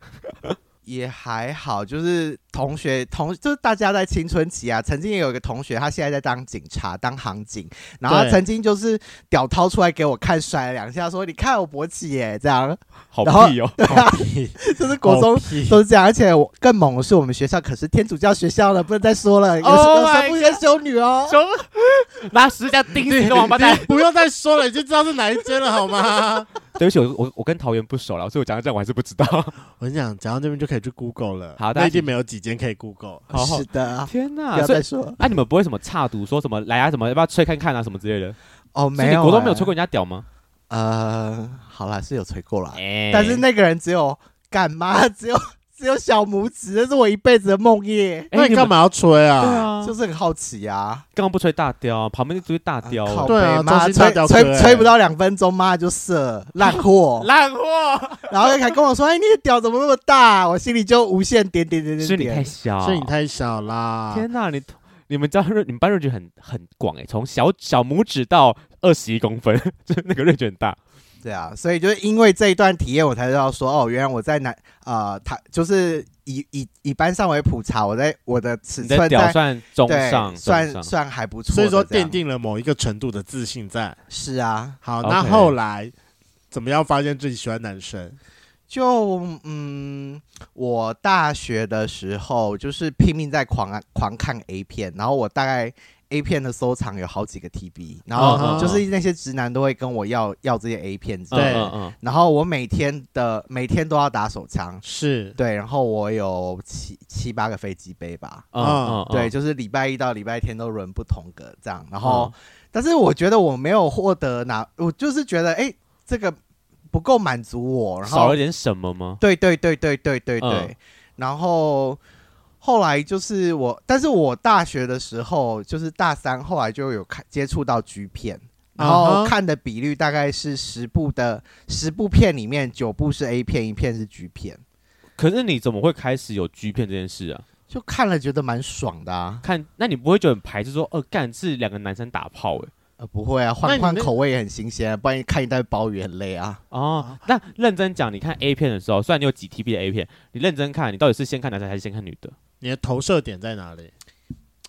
S3: 也还好，就是同学同就是大家在青春期啊，曾经也有一个同学，他现在在当警察，当行警，然后他
S1: 对
S3: 曾经就是屌掏出来给我看，甩了两下，说你看我勃起耶，这样， [LAUGHS]
S2: 好
S3: 然后
S2: 屁 [LAUGHS] [LAUGHS] 哦！
S3: 就是国中都是这样，而且我更猛的是我们学校可是天主教学校了，不能再说了，有
S2: Oh
S3: 有
S2: my
S3: 神父跟修女哦，
S2: 就拿十字架钉死你个王八蛋！
S1: 不用再说了，已经知道是哪一间了，好吗？
S2: [LAUGHS] 对不起，我我我跟桃园不熟了，所以我讲到这样我还是不知道。
S1: [LAUGHS] 我跟你讲，讲到这边就可以去 Google 了。
S2: 好大家
S1: 那一定没有几间可以 Google。
S2: [LAUGHS] 好好
S3: 是
S2: [LAUGHS]
S3: 的，
S2: 天
S3: 不
S2: 哪！
S3: 要
S2: 所以
S3: 再说了
S2: 啊，你们不会什么差赌，说什么来啊，什么要不要吹看看啊，什么之类的？
S3: 哦，
S2: 所以
S3: 没
S2: 你
S3: 有，
S2: 国中没有啊吹过，人家屌吗？
S3: 呃，好啦，是有吹过啦，
S2: 哎
S3: 但是那个人只有干妈， [LAUGHS] 只有只有小拇指，这是我一辈子的梦魇。
S2: 哎
S1: 那你
S2: 你
S1: 干
S2: 们
S1: 嘛要吹
S2: 对
S1: 啊？
S2: 啊，
S3: 就是很好奇啊。
S2: 刚刚不吹大雕啊，旁边一堆大雕
S3: 靠
S2: 啊，
S1: 对啊
S3: 北妈
S1: 中心大
S3: 吹
S1: 雕刻
S3: 吹
S1: 欸
S3: 吹不到两分钟，妈就射烂货，
S2: [LAUGHS] 烂货，
S3: 然后还跟我说：“哎，你的屌怎么那么大？”我心里就无限点点点
S2: 是
S3: 点
S2: 你太
S3: 点。
S2: 小，
S1: 所以你太小
S3: 啊
S1: 啦。
S2: 天哪，你你们家你们班 [LAUGHS] range 很很广哎，从小小拇指到二十一公分，就是那个 range 很大。
S3: 对啊，所以就是因为这一段体验，我才知道说，哦，原来我在南呃，他就是以以以班上为普查，我在我的尺
S2: 你
S3: 寸
S2: 的
S3: 在
S2: 屌算中
S3: 对
S2: 上，中
S3: 算
S2: 上
S3: 算还不错
S1: 所以
S3: 的这
S1: 说奠
S3: 样，
S1: 定了某一个程度的自信在。
S3: 是啊，
S1: 好，
S2: OK
S1: 那后来怎么样发现自己喜欢男生？
S3: 就嗯，我大学的时候就是拼命在狂狂看 A 片，然后我大概 A 片的收藏有好几个 TB，然
S1: 嗯
S3: 后
S1: 嗯
S3: 就是那些直男都会跟我要要这些 A 片之类的，
S1: 对
S2: 嗯嗯
S3: 然后我每天的每天都要打手枪，
S1: 是
S3: 对，然后我有七七八个飞机杯吧。
S2: 嗯嗯，嗯
S3: 对，，就是礼拜一到礼拜天都轮不同个这样，然后、但是我觉得我没有获得哪，我就是觉得哎、诶这个不够满足我，
S2: 嗯
S3: 然
S2: 少
S3: 后
S2: 了点什么吗？
S3: 对对对对对对对，
S2: 嗯
S3: 然后后来就是我，但是我大学的时候就是大三，后来就有看接触到 G 片，
S1: 嗯
S3: 然后
S1: 哼
S3: 看的比率大概是十部的十部片里面九部是 A 片，一片是 G 片，
S2: 可是你怎么会开始有 G 片这件事啊？
S3: 就看了觉得蛮爽的啊，
S2: 看，那你不会觉得很排斥说，哦，干是两个男生打炮哎、
S3: 呃不会
S1: 那
S3: 啊，换
S1: 你
S3: 换
S1: 那
S3: 口味也很新鲜啊，不然看一袋包也很累啊，
S2: 哦，那认真讲，你看 A 片的时候，虽然你有几 TB 的 A 片，你认真看，你到底是先看男生还是先看女的？
S1: 你的投射点在哪里？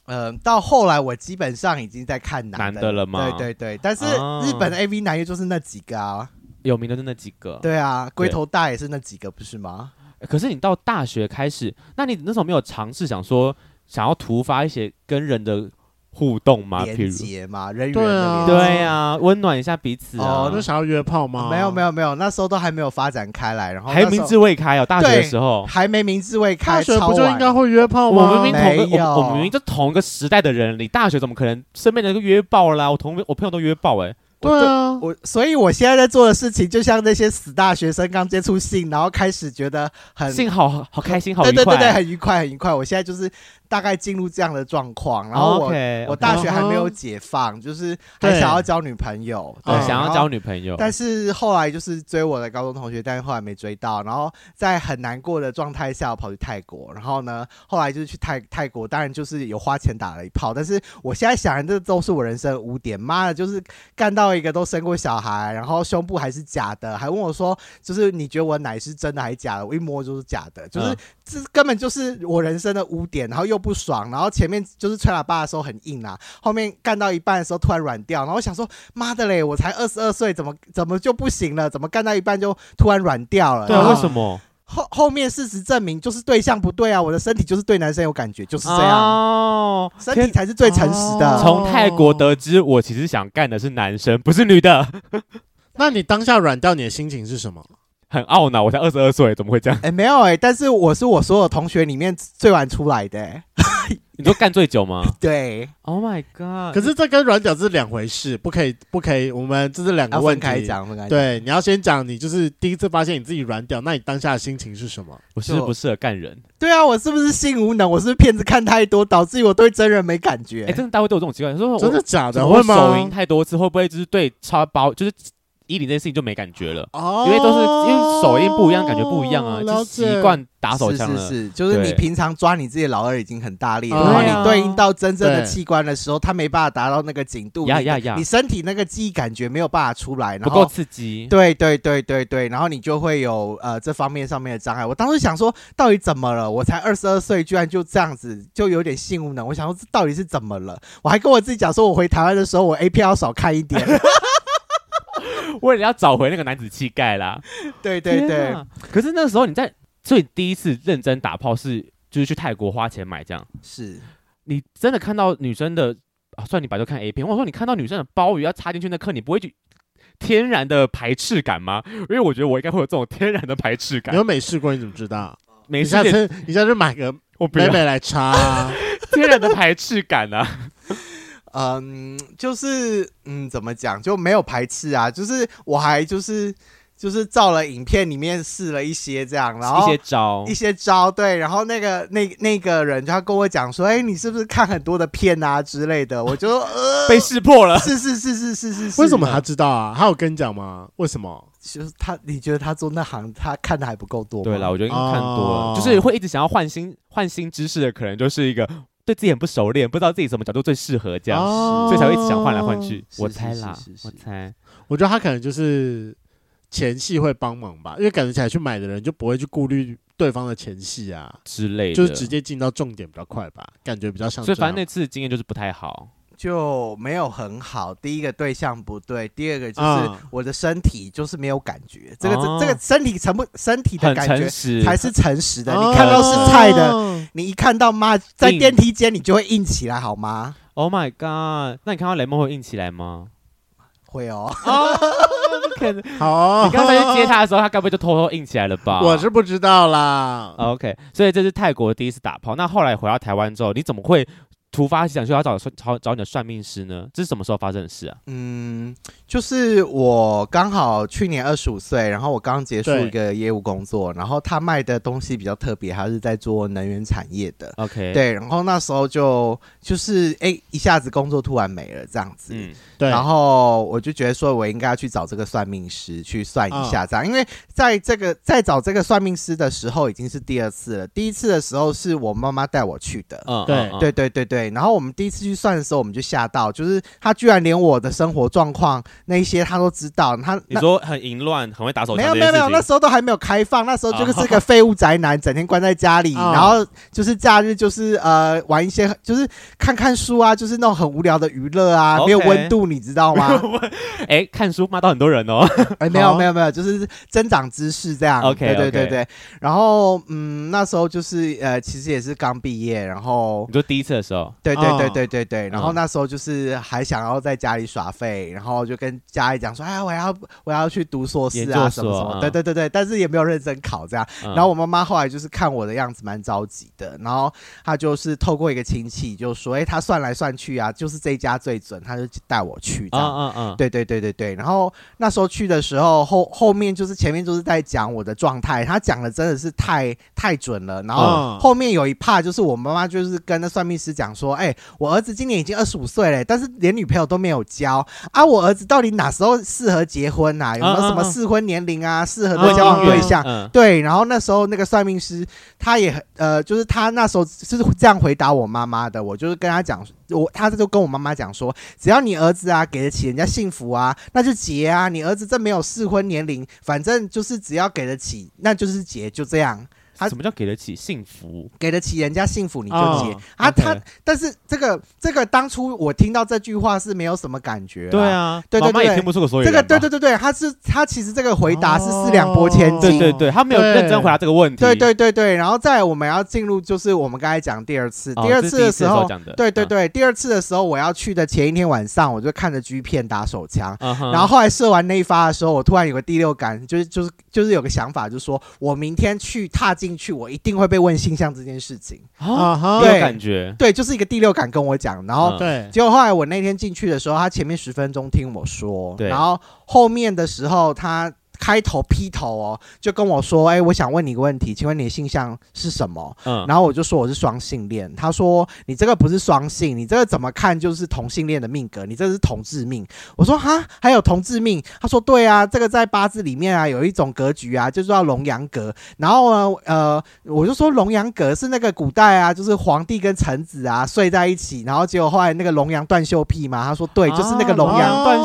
S3: 嗯，到后来我基本上已经在看男
S2: 男
S3: 的
S2: 的了吗？
S3: 对对对，但是
S2: 哦
S3: 日本的 AV 男优就是那几个啊，
S2: 有名的就那几个。
S3: 对啊，龟头大也是那几个，不是吗？
S2: 可是你到大学开始，那你那时候没有尝试想说想要突发一些跟人的互动吗？啊譬
S3: 连
S2: 如，
S3: 结嘛，人与
S1: 对
S3: 人
S1: 啊
S3: 的连
S2: 对啊，温暖一下彼此啊。
S1: 哦，那想要约炮吗？
S3: 没有没有没有，那时候都还没有发展开来，然后
S2: 还
S3: 那时
S2: 明
S3: 候
S2: 智未开哦，大学的
S3: 对
S2: 时
S3: [LAUGHS]
S2: 候。
S3: 还没明智未开，
S1: 大学
S3: 超
S1: 不就应该
S3: 晚
S1: 会约炮吗？
S2: 我们明明同
S3: 没
S2: 个，我们我
S3: 有
S2: 们明明就同一个时代的人，你大学怎么可能身边的人都约爆啦？我同我朋友都约爆哎、
S1: 对啊，
S3: 我，所以我现在在做的事情，就像那些死大学生刚接触性，然后开始觉得很
S2: 幸好好开心，好愉
S3: 对
S2: 快。啊
S3: 对对对，很愉快很愉快。我现在就是大概进入这样的状况，然后我
S2: o k
S3: 我大学还没
S1: 嗯
S3: 有
S1: 哼
S3: 解放，就是还
S1: 对
S3: 想要交女朋友，
S2: 对
S1: 嗯
S2: 哦想
S3: 然
S2: 要
S3: 后
S2: 交女朋友，
S3: 但是后来就是追我的高中同学，但是后来没追到，然后在很难过的状态下，我跑去泰国，然后呢，后来就是去泰泰国，当然就是有花钱打了一炮，但是我现在想的这都是我人生的污点，妈的，就是干到一个都生过小孩，然后胸部还是假的，还问我说，就是你觉得我奶是真的还是假的？我一摸就是假的，就是、
S2: 嗯
S3: 这根本就是我人生的污点，然后又不爽，然后前面就是吹喇叭的时候很硬啊，后面干到一半的时候突然软掉，然后我想说妈的嘞，我才二十二岁，怎么怎么就不行了？怎么干到一半就突然软掉了？
S2: 对
S3: 然
S2: 啊，
S3: 后
S2: 为什么
S3: 后后面事实证明就是对象不对啊，我的身体就是对男生有感觉，就是这样，
S2: 哦，
S3: 身体才是最诚实的。
S1: 哦
S2: 从泰国得知，我其实想干的是男生，不是女的，
S1: 那你当下软掉，你的心情是什么？
S2: 很懊恼。我才二十二岁，怎么会这样？
S3: 哎、没有哎、但是我是我所有同学里面最晚出来的、欸，
S2: [LAUGHS] 你说干最久吗
S3: 对，
S2: [LAUGHS] ？Oh my god！
S1: [LAUGHS] 可是这跟软屌是两回事，不可以，不可以，我们这是两个
S3: 要
S1: 问
S3: 分
S1: 题。
S3: 开讲，分开讲。
S1: 对，你要先讲你就是第一次发现你自己软屌，那你当下的心情是什么？
S2: 我适不适合干人？
S3: 对啊，我是不是性无能？我是不是片子看太多，导致于我对真人没感觉？
S2: 哎，真的大家会都有这种奇怪，说我
S1: 真的假
S2: 怎
S1: 的？
S2: 么
S1: 哦会
S2: 我手淫
S1: 吗？
S2: 太多次，会不会就是对超包就是衣领这件事情就没感觉了？
S1: 哦
S2: 因为都是因为手印不一样，感觉不一样啊，就
S1: 了
S2: 习
S1: 解
S2: 惯打手枪
S3: 是
S2: 了。
S3: 是是，就是你
S2: 对
S3: 平常抓你自己的老二已经很大力了，
S1: 嗯
S3: 然后
S2: 对啊
S3: 你对应到真正的
S1: 对
S3: 器官的时候，它没办法达到那个紧度，
S2: 呀
S3: 你
S2: 呀呀
S3: 你身体那个记忆感觉没有办法出来，然
S2: 不够
S3: 后。
S2: 刺激，
S3: 对对对对对，然后你就会有呃这方面上面的障碍。我当时想说，到底怎么了？我才二十二岁，居然就这样子，就有点性无能。我想说，这到底是怎么了？我还跟我自己讲说，我回台湾的时候，我 A 片要少看一点。
S2: 为了要找回那个男子气概啦。
S3: 对对
S2: 天
S3: 对，
S2: 啊。可是那时候你在，所以第一次认真打炮是就是去泰国花钱买这样，
S3: 是。
S2: 你真的看到女生的啊？算你百度看 A 片，我说你看到女生的鲍鱼要啊插进去那刻，你不会去天然的排斥感吗？因为我觉得我应该会有这种天然的排斥
S1: 你
S2: 感。
S1: 又没试过，你怎么知道？
S2: 没
S1: 你
S2: 事
S1: 下，次你下次买 [LAUGHS] 个
S2: 我不
S1: 妹
S2: 要
S1: 妹来插 [LAUGHS] 啊，
S2: 天然的排斥感啊！
S3: 嗯，就是嗯，怎么讲就没有排斥啊，就是我还就是就是照了影片里面试了一些这样，然
S2: 一
S3: 后
S2: 些招
S3: 一，些招对，然后那个那那个人他跟我讲说，哎、你是不是看很多的片啊之类的？我就 [LAUGHS] 说呃，
S2: 被识破了。
S3: 是是是是是是是，
S1: 为什么他知道啊？他有跟你讲吗？为什么？
S3: 就是他？你觉得他做那行他看的还不够多吗？
S2: 对啦，我觉得应该看多
S1: 哦
S2: 了，就是会一直想要换新换新知识的，可能就是一个对自己很不熟练，不知道自己什么角度最适合这样，
S1: 哦
S2: 所以才会一直想换来换。去。
S3: 是
S2: 我
S3: 是
S2: 猜
S3: 是
S2: 啦
S3: 是，是
S2: 我猜。
S1: 我觉得他可能就是前戏会帮忙吧，因为感觉起来去买的人就不会去顾虑对方的前戏啊，
S2: 之类的，
S1: 就是直。接进到重点比较快吧，感觉比较像这
S2: 所以
S1: 样。
S2: 反正那次的经验就是不太好，
S3: 就没有很好。第一个对象不对，第二个就是
S1: 啊
S3: 我的身体就是没有感觉。这个
S2: 哦
S3: 这这个身体诚不身体的
S2: 很
S3: 感
S2: 诚
S3: 觉
S2: 实，
S3: 才是诚实的。
S1: 哦
S3: 你看到是菜的，你一看到妈在
S2: 硬
S3: 电梯间，你就会硬起来，好吗？
S2: Oh my god！那你看到雷梦会硬起来吗？
S3: 会哦，
S2: 啊，不可能！
S1: [LAUGHS] 好哦、
S2: 你刚才去接他的时候，他该不会就偷偷硬起来了吧？
S1: 我是不知道啦。
S2: OK，所以这是泰国第一次打炮。那后来回到台湾之后，你怎么会突发奇想说要找找找你的算命师呢？这是什么时候发生的事啊？
S3: 嗯，就是我刚好去年二十五岁，然后我刚结束
S1: 对
S3: 一个业务工作，然后他卖的东西比较特别，他是在做能源产业的。
S2: OK，，
S3: 对，然后那时候就就是哎、一下子工作突然没了这样子，
S2: 嗯，
S1: 对，
S3: 然后我就觉得说，我应该要去找这个算命师去算一
S2: 嗯
S3: 下，这样，因为在这个在找这个算命师的时候已经是第二次了。第一次的时候是我妈妈带我去的，
S2: 嗯，
S1: 对
S2: 嗯，
S3: 对对对对。然后我们第一次去算的时候，我们就吓到，就是他居然连我的生活状况那一些他都知道，他
S2: 你
S3: 那。
S2: 说很淫乱，很会打手
S3: 没
S2: 枪
S3: 有
S2: 这
S3: 没
S2: 件
S3: 有
S2: 事情，
S3: 没有，那时候都还没有开放，那时候就是个废物宅男，整天关在家里，
S1: 啊
S3: 然后就是假日就是呃玩一些就是看看书啊，就是那种很无聊的娱乐啊，没有
S2: OK
S3: 温度，你知道吗？
S2: 哎，看书骂到很多人哦。
S3: 哎、没有
S1: 好
S3: 没有没有，就是增长知识这样。
S2: OK，
S3: 对对
S2: OK
S3: 对对。然后嗯，那时候就是呃，其实也是刚毕业，然后
S2: 你说第一次的时候，
S3: 对对对
S1: 嗯
S3: 对对对，然后那时候就是还想要在家里耍废，然后就跟家里讲说，哎，我要我要去读硕士
S2: 研
S3: 啊
S2: 究
S3: 什么什
S2: 所
S3: 么，
S2: 嗯
S3: 对对对对，但是也没有认真考这样。
S2: 嗯
S3: 然后我妈妈后来就是看我的样子蛮着急的，然后她就是透过一个亲戚就说，哎，她算来算去啊，就是这家最准，她就带我去这
S2: 啊
S3: 样。
S2: 啊
S1: 嗯
S2: 啊，
S3: 对对对对对，然后那时候去的时候，后后面就是前面就是在讲我的状态，他讲的真的是太太准了。然后
S1: 嗯
S3: 后面有一趴就是我妈妈就是跟那算命师讲说，哎、我儿子今年已经二十五岁了，但是连女朋友都没有交啊，我儿子到底哪时候适合结婚啊？有没有什么
S2: 嗯嗯嗯
S3: 适婚年龄啊？适合
S1: 嗯
S3: 的交往对
S1: 嗯
S3: 象？
S2: 嗯
S3: 对，然后那时候那个算命师他也很呃，就是他那时候是这样回答我妈妈的，我就是跟他讲，我他就跟我妈妈讲说，只要你儿子啊给得起人家幸福啊，那就结啊，你儿子这没有适婚年龄，反正就是只要给得起，那就是结，就这样。他
S2: 什么叫给得起幸福？
S3: 给得起人家幸福，你就
S1: 哦
S3: 结、啊！
S2: OK
S3: 他但是这个这个当初我听到这句话是没有什么感觉啦，
S2: 对啊，
S3: 对对
S2: 妈妈也
S3: 对
S2: 听不出个所以
S3: 这
S2: 然
S3: 个
S2: 吧。
S3: 对对对对，他是他其实这个回答是四两拨千
S1: 哦
S3: 斤，
S2: 对对对，他没有
S1: 对
S2: 认真回答这个问题。
S3: 对对对对，然后再来我们要进入就是我们刚才讲第二次，
S2: 哦，
S3: 第二
S2: 这是第
S3: 次
S2: 一
S3: 的
S2: 次
S3: 时候，
S2: 讲的，
S3: 对对
S2: 嗯，
S3: 对，第二次的时候我要去的前一天晚上，我就看着 G 片打手枪。
S2: 嗯哼
S3: 然后后来射完那一发的时候，我突然有个第六感，就是就是就是有个想法，就是说我明天去踏进去，我一定会被问性向这件事情。
S2: 啊，
S1: 啊哈，
S2: 没有
S3: 对
S2: 感觉，
S3: 对，就是一个第六感跟我讲。然后
S2: 嗯
S1: 对，
S3: 结果后来我那天进去的时候，他前面十分钟听我说，
S2: 对
S3: 然后后面的时候他开头劈头哦，就跟我说：“哎、我想问你一个问题，请问你的性向是什么？”
S2: 嗯，
S3: 然后啊哦我就说我是双性恋，他说你这个不是双性，你这个怎么看就是同性恋的命格，你这是同志命。我说哈，还有同志命？他说对啊，这个在八字里面啊有一种格局啊，就叫龙阳格。然后呢，呃，我就说龙阳格是那个古代啊，就是皇帝跟臣子啊睡在一起，然后结果后来那个龙阳断袖癖嘛，他说对，就是那个龙
S2: 啊
S3: 阳。
S2: 断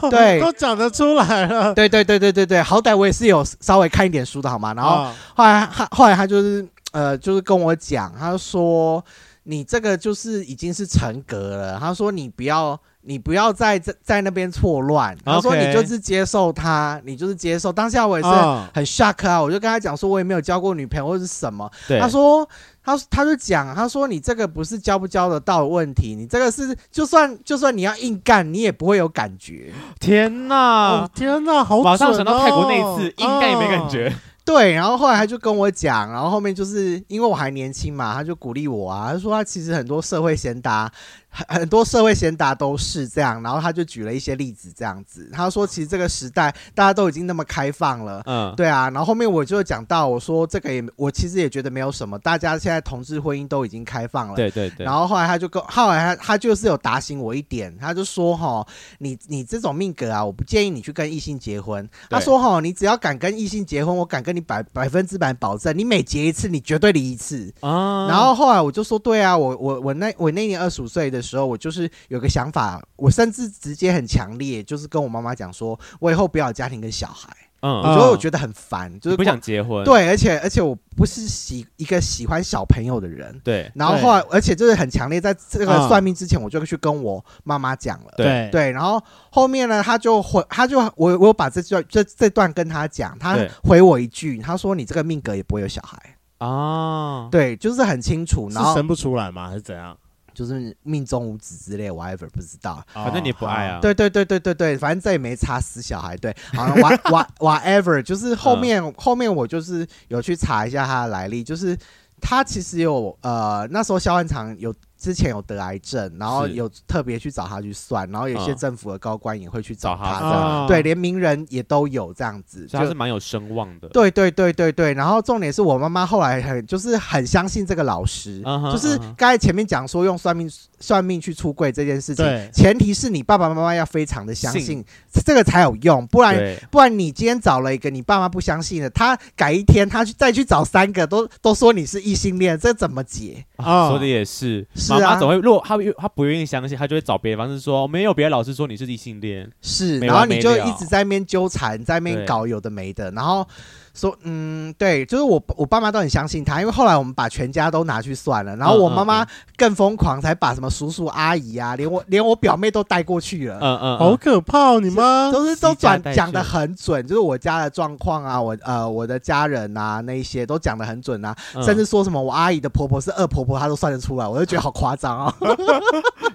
S2: 袖
S3: 对
S1: 都讲得出来了。
S3: 对对对对对对，好歹我也是有稍微看一点书的好吗？然后
S1: 啊 [LAUGHS]
S3: 后来他后来他就是呃，就是跟我讲，他说你这个就是已经是成格了，他说你不要。你不要在在在那边错乱，他说
S2: OK
S3: 你就是接受他你就是接受。当下我也是
S2: 哦
S1: 啊
S3: 很 shock 啊，我就跟他讲说，我也没有交过女朋友或是什么。
S2: 对，
S3: 他说，他他就讲，他说你这个不是交不交得到的问题，你这个是就算就算你要硬干，你也不会有感觉。
S2: 天
S1: 哦
S2: 哪，
S1: 天哪，好
S2: 马啊上
S1: 准
S2: 想到泰国那
S1: 哦
S2: 一次，应该也没感。
S1: 啊
S2: 觉。
S3: 对，然后后来他就跟我讲，然后后面就是因为我还年轻嘛，他就鼓励我啊，他说他其实很多社会贤达，很很多社会贤达都是这样，然后他就举了一些例子这样子，他说其实这个时代大家都已经那么开放了。
S2: 嗯，
S3: 对啊，然后后面我就讲到，我说这个也，我其实也觉得没有什么，大家现在同志婚姻都已经开放了，
S2: 嗯对对对
S3: 然，后后来他就跟，后来他他就是有打醒我一点，他就说哈，你你这种命格啊，我不建议你去跟异性结婚。
S2: 对
S3: 他说哈，你只要敢跟异性结婚，我敢跟你百百分之百保证，你每结一次，你绝对离一次。
S2: 啊
S3: 然后后来我就说，对啊，我我我那我那年二十五岁的时候，我就是有个想法，我甚至直接很强烈，就是跟我妈妈讲说，我以后不要有家庭跟小孩。
S2: 嗯，
S1: 啊
S3: 所以我觉得很烦，呃就是
S2: 你不
S3: 光
S2: 想结婚，
S3: 对，而且而且我不是喜一个喜欢小朋友的人，
S2: 对
S3: 然后
S1: 对
S3: 后来而且就是很强烈，在这
S1: 啊
S3: 个算命之前，我就去跟我妈妈讲了。
S2: 对
S1: 对
S3: 对，然后后面呢，他就回，他就我我有把这段这这段跟他讲，他
S2: 对
S3: 回我一句，他说你这个命格也不会有小孩，
S2: 啊，
S3: 对，就是很清楚，然
S1: 哦是
S3: 后
S1: 生不出来吗？还是怎样？
S3: 就是命中无子之类，whatever 不知道，
S2: 反正你也不爱啊，
S3: 对对对对对对，反正这也没差，死小孩对，好像 what what whatever，就
S2: [LAUGHS]
S3: 是后面、
S2: 嗯
S3: 后面我就是有去查一下他的来历，就是他其实有呃那时候萧万长有之前有得癌症，然后
S2: 是
S3: 有特别去找他去算，然后有些
S2: 嗯
S3: 政府的高官也会去
S2: 找
S3: 找
S2: 他
S3: 他这
S2: 算
S3: 样，
S1: 啊
S3: 对，连名人也都有这样子，
S2: 所以他是
S3: 就
S2: 蛮有声望的，
S3: 对对对对对，然后重点是我妈妈后来很就是很相信这个老师，
S2: 嗯哼
S3: 就是
S2: 嗯哼
S3: 刚才前面讲说用算命算命去出柜这件事情，
S1: 对
S3: 前提是你爸爸妈妈要非常的相
S2: 信
S3: 信，这个才有用，不然
S2: 对，
S3: 不然你今天找了一个你爸妈不相信的，他改一天他去再去找三个都都说你是异性恋，这怎么解？
S2: 啊
S1: 啊
S2: 说的也是，
S3: 是
S2: 妈
S3: 啊
S2: 妈总会，如果她她不愿意相信，她就会找别的方式说，哦没有别的老师说你是异性恋，
S3: 是，
S2: 没
S3: 然后
S2: 完
S3: 你
S2: 没
S3: 就
S2: 了
S3: 一直在那边纠缠，在那
S2: 对
S3: 边搞有的没的，然后说嗯，对，就是我我爸妈都很相信他，因为后来我们把全家都拿去算了，然后
S2: 嗯
S3: 我
S2: 嗯
S3: 妈妈
S2: 嗯
S3: 更疯狂，才把什么叔叔阿姨啊，连我连我表妹都带过去了。
S2: 嗯嗯，
S1: 好
S2: 嗯
S1: 可怕、哦！你妈
S3: 都是
S2: 家
S3: 都转
S2: 带
S3: 讲
S2: 去
S3: 的很准，就是我家的状况啊，我呃我的家人啊那一些都讲的很准啊，
S2: 嗯
S3: 甚至说什么我阿姨的婆婆是恶婆婆，她都算得出来，我就觉得好夸张啊。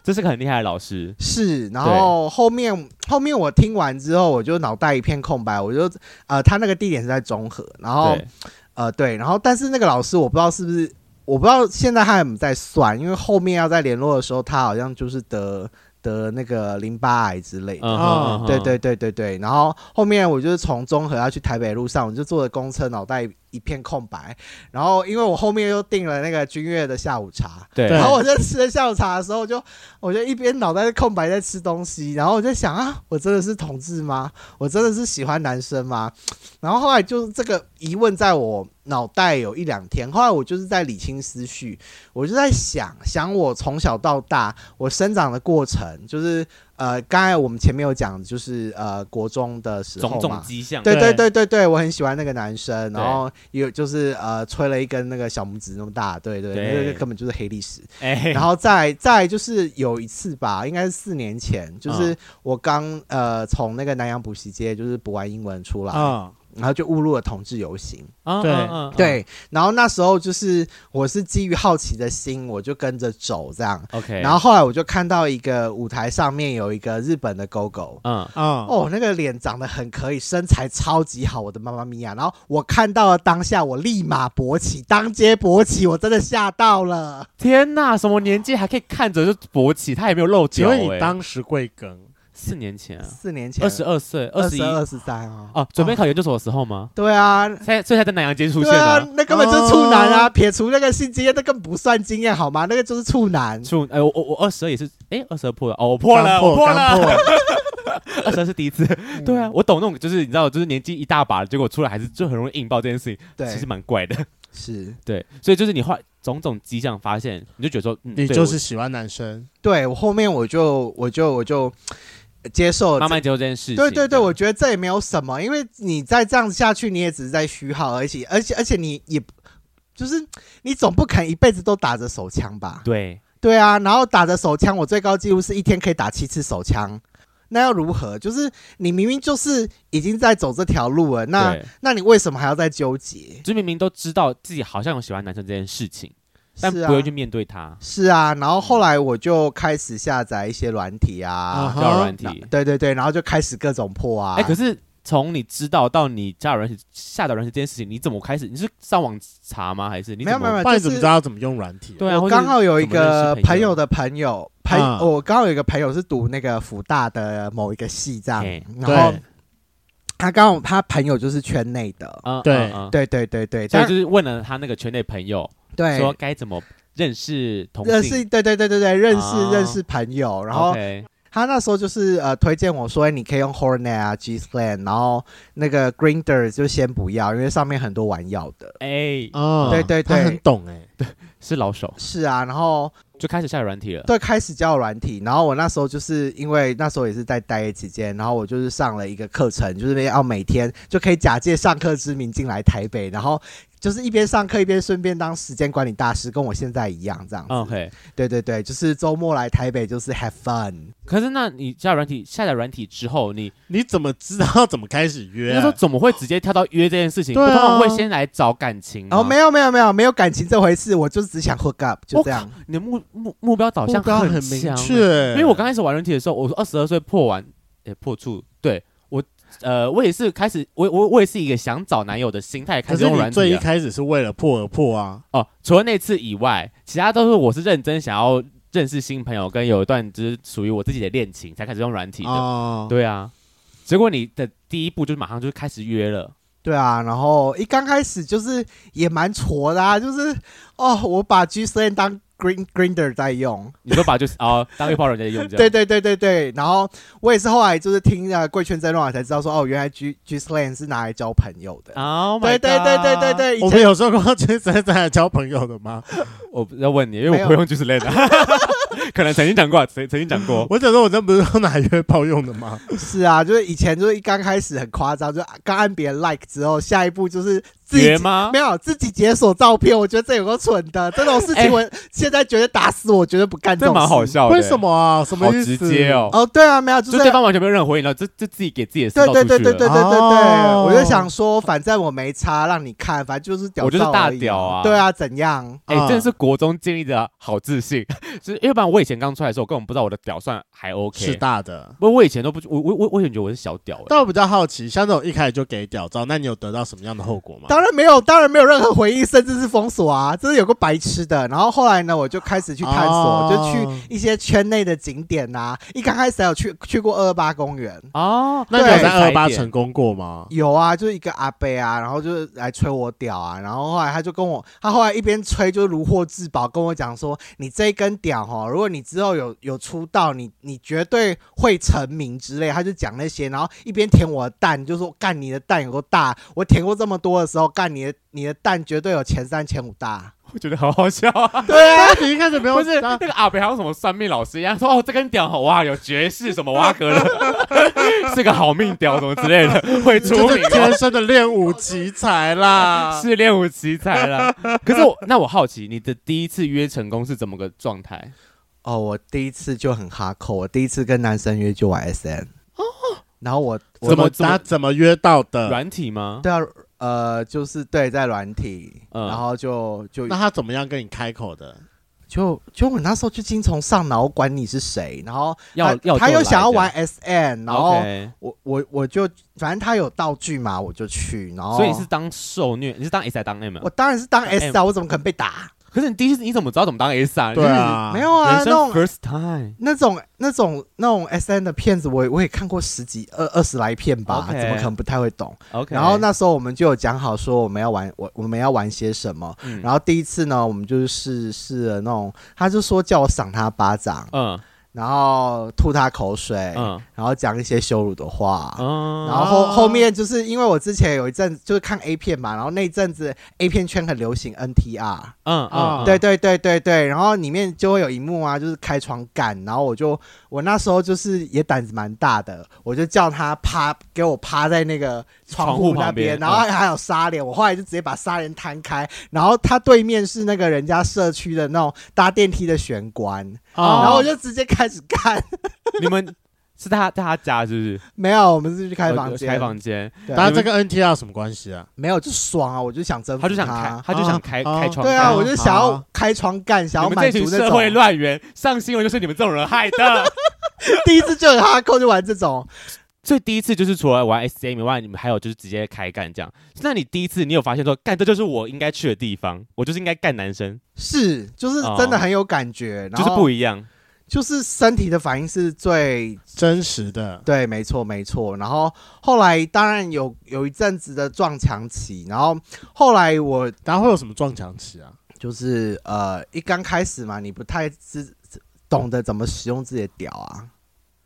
S2: 这是个很厉害的老师，
S3: 是，然后后面后面我听完之后，我就脑袋一片空白，我就呃他那个地点是在中和，然后
S2: 对，
S3: 呃对，然后但是那个老师我不知道是不是。我不知道现在他有没有在算，因为后面要在联络的时候，他好像就是得得那个淋巴癌之类的。
S2: 嗯
S1: 啊
S2: 哼
S3: 对，对对对对，然后后面我就是从中和要去台北路上，我就坐着公车，脑袋一片空白。然后因为我后面又订了那个君悦的下午茶，
S2: 对，
S1: 对
S3: 然后我在吃了下午茶的时候就，我就一边脑袋是空白在吃东西，然后我在想啊，我真的是同志吗？我真的是喜欢男生吗？然后后来就是这个疑问在我脑袋有一两天，后来我就是在理清思绪，我就在想想我从小到大我生长的过程，就是呃，刚才我们前面有讲，就是呃国中的时候
S2: 种
S3: 嘛，
S2: 种迹象，
S3: 对
S1: 对
S3: 对对对对，我很喜欢那个男生，
S2: 对
S3: 然后有就是呃吹了一根那个小拇指那么大，对对，
S2: 对
S3: 那个根本就是黑历史。
S2: 哎，
S3: 然后再再就是有一次吧，应该是四年前，
S2: 嗯
S3: 就是我刚呃从那个南洋补习街就是补完英文出来，
S1: 啊，
S3: 然后就误入了同志游行。
S2: 嗯
S1: 对
S2: 嗯嗯嗯
S3: 对，然后那时候就是我是基于好奇的心，我就跟着走这样。
S2: ，OK，
S3: 然后后来我就看到一个舞台上面有一个日本的狗狗，
S2: 嗯，
S1: 啊，
S3: 哦，那个脸长得很可以，身材超级好，我的妈妈咪呀！然后我看到了当下，我立马勃起，当街勃起，我真的吓到了。
S2: 天哪，什么年纪还可以看着就勃起，他也没有露
S1: 请
S2: 脚，
S1: 问你
S2: 哎
S1: 当时贵庚？
S2: 四年前啊，
S3: 四年前，
S2: 二十二岁，二十一，
S3: 二十三啊，
S2: 哦，准备考研究所的时候 [LAUGHS] 吗？
S3: 对啊，
S2: 现在所以才在南洋街出现
S3: 对啊
S2: 的。，
S3: 那根本就是处男啊！
S1: 哦
S3: 撇除那个性经验，那更不算经验好吗？那个就是处男。
S2: 处哎，我我我二十二也是，哎，二十二破了，哦，我破了，
S1: 刚
S2: 我
S1: 破
S2: 破
S1: 刚
S2: 了，
S1: 破，
S2: [LAUGHS] 二十二是第一次。对啊，我懂那种，就是你知道，就是年纪一大把，结果出来还是就很容易引爆这件事情，
S3: 嗯对
S2: 其实蛮怪的。
S3: 是，
S2: 对，所以就是你后来种种迹象发现，你就觉得说，嗯，
S1: 你
S2: 对
S1: 就是喜欢男生，
S3: 对我后面我就我就我就呃接受
S2: 我
S3: 了
S2: 慢慢接受这件事情。
S3: 对对
S2: 这
S3: 对，
S2: 样
S3: 我觉得这也没有什么，因为你再这样子下去，你也只是在虚耗，而且而且而且你也就是你总不肯一辈子都打着手枪吧？
S2: 对
S3: 对啊，然后打着手枪，我最高记录是一天可以打七次手枪，那要如何？就是你明明就是已经在走这条路了，那
S2: 对
S3: 那你为什么还要再纠结？
S2: 就明明都知道自己好像有喜欢男生这件事情，但不
S3: 是啊
S2: 愿意去面对他，
S3: 是啊，然后后来我就开始下载一些软体
S1: 啊
S3: 啊，
S1: 哈
S2: 交友软体。
S3: 对对对，然后就开始各种破啊。
S2: 哎、可是从你知道到你加入软体、下载软体这件事情，你怎么开始？你是上网查吗？呃还是你
S3: 没有
S2: 怎么
S3: 没有没
S1: 不然你怎
S3: 就
S1: 么
S3: 是
S1: 知道怎么用软体？
S2: 对啊，
S3: 我
S2: 或者
S3: 刚好有一
S2: 怎么认识
S3: 个
S2: 朋
S3: 朋
S2: 友啊
S3: 友的朋友，朋
S1: 啊
S3: 我刚好有一个朋友是读那个福大的某一个系这样
S2: 嘿，
S3: 然后
S1: 对
S3: 他刚好他朋友就是圈内的，
S2: 嗯
S1: 对
S2: 嗯嗯
S3: 对对对对，
S2: 所以
S3: 但
S2: 就是问了他那个圈内朋友，
S3: 对
S2: 说该怎么认识同
S3: 认识
S2: 性，
S3: 对对对对对认识
S2: 啊
S3: 认识朋友，然后
S2: OK，
S3: 他那时候就是呃推荐我说哎你可以用 Hornet 啊 G Slan，然后那个 Grinder 就先不要，因为上面很多玩药的。
S2: 哎、
S1: 啊，
S3: 对对对
S1: 他很懂哎，
S2: 是老手，
S3: 是啊，然后
S2: 就开始下载软体了。
S3: 对，开始教我软体，然后我那时候就是因为那时候也是在待业期间，然后我就是上了一个课程，就是要每天就可以假借上课之名进来台北，然后就是一边上课一边顺便当时间管理大师，跟我现在一样这样子。
S2: 嗯，OK。
S3: 对对对，就是周末来台北就是 have fun。
S2: 可是那你下载软体下载软体之后，你
S1: 你怎么知道怎么开始约
S2: 那
S1: 啊
S2: 时候？怎么会直接跳到约这件事情？
S1: 对啊
S2: 不通常会先来找感情吗。
S3: 哦，没有没有没有没有感情这回事，我就是只想 hook up，就这样。
S2: 你的目目目标导向
S1: 目标很
S2: 强
S1: 明
S2: 欸
S1: 确，
S2: 因为我刚开始玩人体的时候，我二十二岁破完，诶、破处，对我，呃，我也是开始，我我我也是一个想找男友的心态开
S1: 可是
S2: 始用
S1: 你
S2: 软
S1: 最
S2: 体啊
S1: 一
S2: 的
S1: 开始是为了破而破啊，
S2: 哦，除了那次以外，其他都是我是认真想要认识新朋友，跟有一段就是属于我自己的恋情才开始用软体的，
S1: 哦，
S2: 对啊，结果你的第一步就是马上就开始约了，
S3: 对啊，然后一刚开始就是也蛮挫的、啊，就是哦，我把 G C N 当 Green Grinder 在用。
S2: 你都把就是哦当约炮人家用这
S3: 对
S2: 样，
S3: 对对对对，然后我也是后来就是听那个贵圈争乱才知道说，哦，原来 G G Slan 是拿来交朋友的。
S2: 哦，
S3: 对对对对对，对，以
S1: 我们
S3: 前
S1: 有时候光去真的来交朋友的吗？
S2: 我要问你，因为我不用 Juice
S3: [LAUGHS]
S2: Land，可能曾经讲过，曾曾经讲过，
S1: 我想说，我真不是用拿约炮用的吗？
S3: 是啊，就是以前就是一刚开始很夸张，就刚按别人 like 之后，下一步就是自己
S2: 约吗
S3: 没？有自己解锁照片，我觉得这有个蠢的这种事
S2: 哎
S3: 情，我现在觉得打死我绝对不干
S2: 这
S3: 种
S2: 蛮好
S3: 事。
S2: 笑的，
S1: 为什么啊？什么
S2: 好
S1: 意
S2: 直
S1: 思？
S2: 接哦，
S3: 哦，对啊，没有，就
S2: 就是对方完全没有任何回应了，这这自己给自己的
S3: 对
S2: 私道
S3: 对
S2: 出
S3: 对
S2: 去
S3: 对对对
S2: 了。
S3: 对对，
S1: 哦
S3: 我就想说，反正我没差，让你看，反正就是屌，
S2: 我就是大屌啊
S3: 对啊，怎样？
S2: 哎、
S1: 啊
S2: 真的是国中建立的好自信， [LAUGHS] 就是要不然我以前刚出来的时候，我根本不知道我的屌算还 OK。
S1: 是，大的。
S2: 不，我以前都不，我我我我以前觉得我是小屌、欸，
S1: 但我比较好奇，像这种一开始就给屌照，那你有得到什么样的后果吗？
S3: 当然没有，当然没有任何回应，甚至是封锁啊，这是有个白痴的。然后后来呢，我就开始去探索，
S1: 哦
S3: 就去一些圈内的景点啊。一刚开始还有去去过二二八公园，
S2: 哦，
S1: 那你有
S3: 对
S1: 在二
S2: 才
S1: 八
S2: 点
S1: 成功过吗？
S3: 有啊，就是一个阿伯啊，然后就是来吹我屌啊。然后后来他就跟我，他后来一边吹就如获至宝，跟我讲说，你这一根屌哈，如果你之后有有出道，你你绝对会成名之类。他就讲那些，然后一边舔我的蛋，就说干你的蛋有多大，我舔过这么多的时候，干你的你的蛋绝对有前三前五大。
S2: [LAUGHS] 我觉得好好笑啊！
S1: 对啊，你一开始没有
S2: 不是那
S1: 当
S2: 个阿北，好像什么算命老师一样，说哦这根屌好哇，有绝世什么哇格了， [LAUGHS] 是个好命屌什么之类的，会出
S1: 就
S2: 名
S1: 是
S2: 哦、
S1: 天生的练武奇才
S2: [LAUGHS]
S1: 啦。
S2: 是练武奇才啦。可是我，那我好奇，你的第一次约成功是怎么个状态？
S3: 哦，我第一次就很哈扣，我第一次跟男生约就玩 SM，然后我我
S1: 怎么
S2: 怎
S1: 他
S2: 么
S1: 怎么约到的？
S2: 软体吗？
S3: 对啊，呃，就是对在软体，
S2: 嗯
S3: 然后就就
S1: 那他怎么样跟你开口的？
S3: 就就我那时候去精虫上脑，我管你是谁，然后
S2: 要
S3: 他
S2: 要
S3: 他
S2: 就
S3: 又
S2: 来
S3: 想要
S2: 这样
S3: 玩 SM，然后
S2: OK
S3: 我我我就反正他有道具嘛，我就去，然后
S2: 所以你是当受虐，你是当 S 还是当 M？啊
S3: 哦我当然是当
S2: M
S3: S 啊，我怎么可能被打？
S2: 可是你第一次你怎么知道怎么当 S 啊？
S1: 对啊，
S3: 没有啊，
S2: 人
S3: 那
S2: 生
S3: 种
S2: first time
S3: 那种那种那种 S N 的片子，我我也看过十几二二十来片吧
S2: OK
S3: 怎么可能不太会懂？
S2: OK，
S3: 然后那时候我们就有讲好说我们要玩我我们要玩些什么。
S2: 嗯
S3: 然后第一次呢，我们就是试试了那种，他就说叫我赏他巴掌，
S2: 嗯
S3: 然后吐他口水，
S2: 嗯
S3: 然后讲一些羞辱的话。
S2: 嗯
S3: 然后后后面就是因为我之前有一阵就是看 A 片嘛，然后那一阵子 A 片圈很流行 NTR，、
S2: 嗯嗯，
S3: 哦对对对对对，然后里面就会有一幕啊，就是开窗干，然后我就我那时候就是也胆子蛮大的，我就叫他趴给我趴在那个窗
S2: 窗户
S3: 户
S2: 旁
S3: 那边，
S2: 边嗯
S3: 然后还有纱帘，我后来就直接把纱帘摊开，然后他对面是那个人家社区的那种搭电梯的玄关，
S2: 哦
S3: 然后我就直接开始干，
S2: 你们是在他在他家是不是？
S3: 没有，我们是去开房
S2: 呃
S3: 间，
S2: 开房间，
S3: 对
S1: 但这跟 NTR 什么关系啊？
S3: 没有就爽啊，我就想征服
S2: 他就想开，他就想开
S1: 啊
S2: 开窗
S3: 对
S2: 干。
S3: 啊，
S1: 干
S3: 我就想要
S1: 啊
S3: 开窗干，想要
S2: 你们这
S3: 满足
S2: 群
S3: 那
S2: 社会
S3: 种，
S2: 乱源，上新闻就是你们这种人害的。
S3: [LAUGHS] 第一次就很哈扣就玩这种。
S2: 所以第一次就是除了玩 S M 以外，你们还有就是直接开干这样。那你第一次你有发现说干这就是我应该去的地方，我就是应该干男生，
S3: 是，就是真的很有感觉，
S2: 啊就是
S3: 然后
S2: 不一样。
S3: 就是身体的反应是最
S1: 真实的，
S3: 对，没错没错。然后后来当然有有一阵子的撞墙期，然后后来我
S1: 然后会有什么撞墙期啊？
S3: 就是呃一刚开始嘛，你不太知懂得怎么使用自己的屌啊，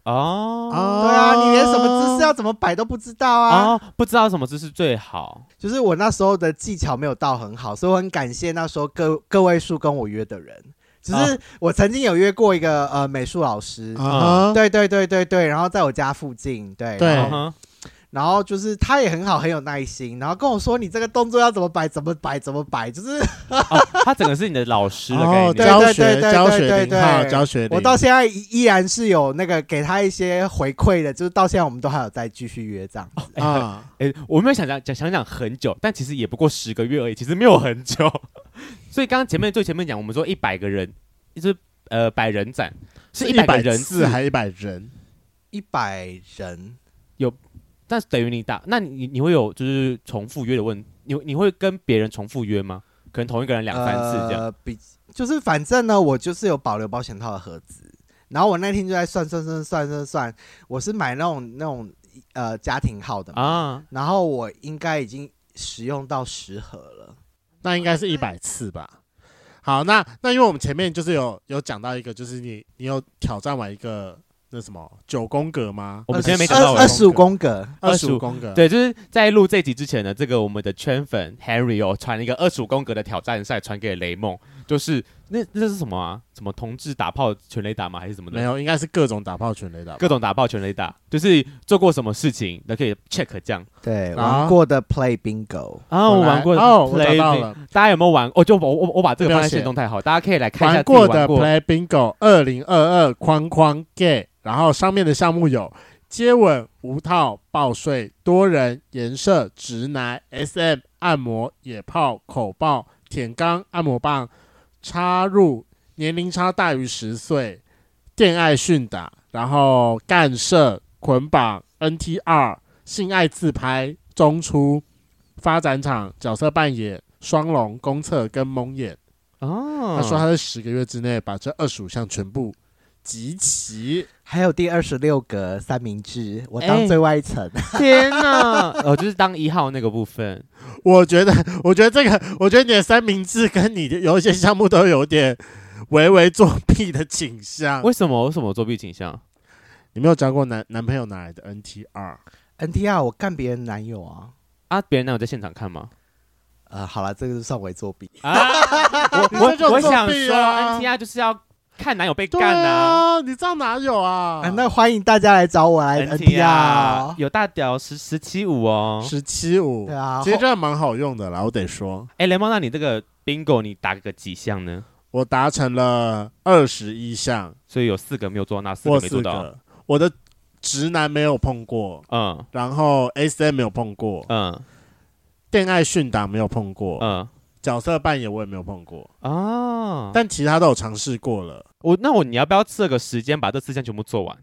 S2: 哦
S3: 对啊，你连什么姿势要怎么摆都不知道啊，
S2: 哦，不知道什么姿势最好。
S3: 就是我那时候的技巧没有到很好，所以我很感谢那时候各个位数跟我约的人。只是我曾经有约过一个呃美术老师，
S1: 啊哈，
S3: 对对对对对，然后在我家附近，对
S1: 对
S3: 然
S2: 嗯
S3: 后
S2: 哼
S3: 然后就是他也很好，很有耐心，然后跟我说你这个动作要怎么摆，怎么摆，怎么摆，就是
S2: 哦，他整个是你的老师的概
S1: 哦，
S2: 念，
S1: 教
S3: 对对啊
S1: 学
S3: 对对
S1: 教
S3: 对
S1: 学
S3: 对
S1: 零号
S3: 对
S1: 教学零，
S3: 我到现在依然是有那个给他一些回馈的，就是到现在我们都还有在继续约这样。
S2: 哎
S1: 啊，
S2: 哎、我没有想讲讲想讲很久，但其实也不过十个月而已，其实没有很久。 [LAUGHS] 所以刚刚前面最前面讲，我们说一百个人，就是呃百人展是
S1: 一
S2: 一百个
S1: 百
S2: 人
S1: 次还一百人，
S3: 一百人，
S2: 但是等于你打，那你你会有就是重复约的问，你你会跟别人重复约吗？可能同一个人两三次这样。
S3: 呃、比就是反正呢，我就是有保留保险套的盒子，然后我那天就在算算算算算算，我是买那种那种呃家庭号的嘛，
S2: 啊，
S3: 然后我应该已经使用到十盒了。
S1: 那应该是一百次吧。好，那那因为我们前面就是有有讲到一个，就是你你有挑战完一个那什么九宫格吗？
S2: 我们今天没讲到
S3: 二
S2: 哎
S3: 二十五宫格，
S1: 二十
S2: 25
S1: 五宫格，
S2: 对，就是在录这集之前呢，这个我们的圈粉 Henry 有传了一个二十五宫格的挑战赛传给雷梦，就是那那是什么啊？什么同志打炮全雷打吗？还是什么的？
S1: 没有，应该是各种打炮全雷打吧。
S2: 各种打爆全雷打，就是做过什么事情都可以 check 这样。
S3: 对，
S1: 啊
S3: 玩过的 Play Bingo，
S2: 啊，
S1: 我
S2: 我
S1: 来
S2: 玩过
S1: 哦，我找
S2: Play
S1: 到了，
S2: 大家有没有玩？我就我我我把这个放在
S1: 这边有写
S2: 线动态好，大家可以来看一下
S1: 玩
S2: 自己
S1: 过
S2: 玩
S1: 的
S2: 过
S1: Play Bingo 二零二二框框 Gay，然后上面的项目有接吻、无套、报税、多人、颜色、直男、SM、按摩、野炮、口爆、舔肛、按摩棒、插入、年龄差大于十岁、恋爱训打，然后干涉、捆绑、NTR、性爱自拍、中出、发展场、角色扮演、双龙、公厕跟蒙眼。
S2: 哦。 [LAUGHS]
S1: 他说他在十个月之内把这二十五项全部集齐。
S3: 还有第二十六格三明治，我当
S2: 哎
S3: 最外层。 [LAUGHS]
S2: 天哪， [LAUGHS] 哦，就是当一号那个部分，
S1: 我觉得， [LAUGHS] 我觉得这个，我觉得你的三明治跟你的有一些项目都有点唯唯作弊的倾向。
S2: 为什么为什么我作弊倾向？
S1: 你没有交过男男朋友哪来的 NTR？
S3: NTR 我干别人男友啊，
S2: 啊，别人那有在现场
S1: [LAUGHS]
S2: 看吗？
S3: 呃，好了，这个就算伪作弊。
S2: 啊，我
S1: 你这就
S2: 我我
S1: 作
S2: 想
S1: 弊
S2: 说
S1: 啊
S2: ，NTR 就是要看男友被
S1: 对
S2: 干啊。
S1: 啊，你这样哪有啊？
S3: 啊，那欢迎大家来找我来 NTR。
S2: 有大屌十十七五哦。
S1: 十七五
S3: 对，啊，
S1: 其实
S3: 后
S1: 这样蛮好用的啦。我得说，
S2: 哎，雷猫，那你这个 bingo 你打个几项呢？
S1: 我达成了二十一项，
S2: 所以有四个没有做到，那四
S1: 我
S2: 个没
S1: 四
S2: 做到。
S1: 个，我的直男没有碰过，
S2: 嗯
S1: 然后 SM 没有碰过，
S2: 嗯
S1: 恋爱训打没有碰过，
S2: 嗯
S1: 角色扮演我也没有碰过，
S2: 啊！
S1: 但其他都有尝试过了。
S2: 我那我你要不要设个时间把这四项全部做完？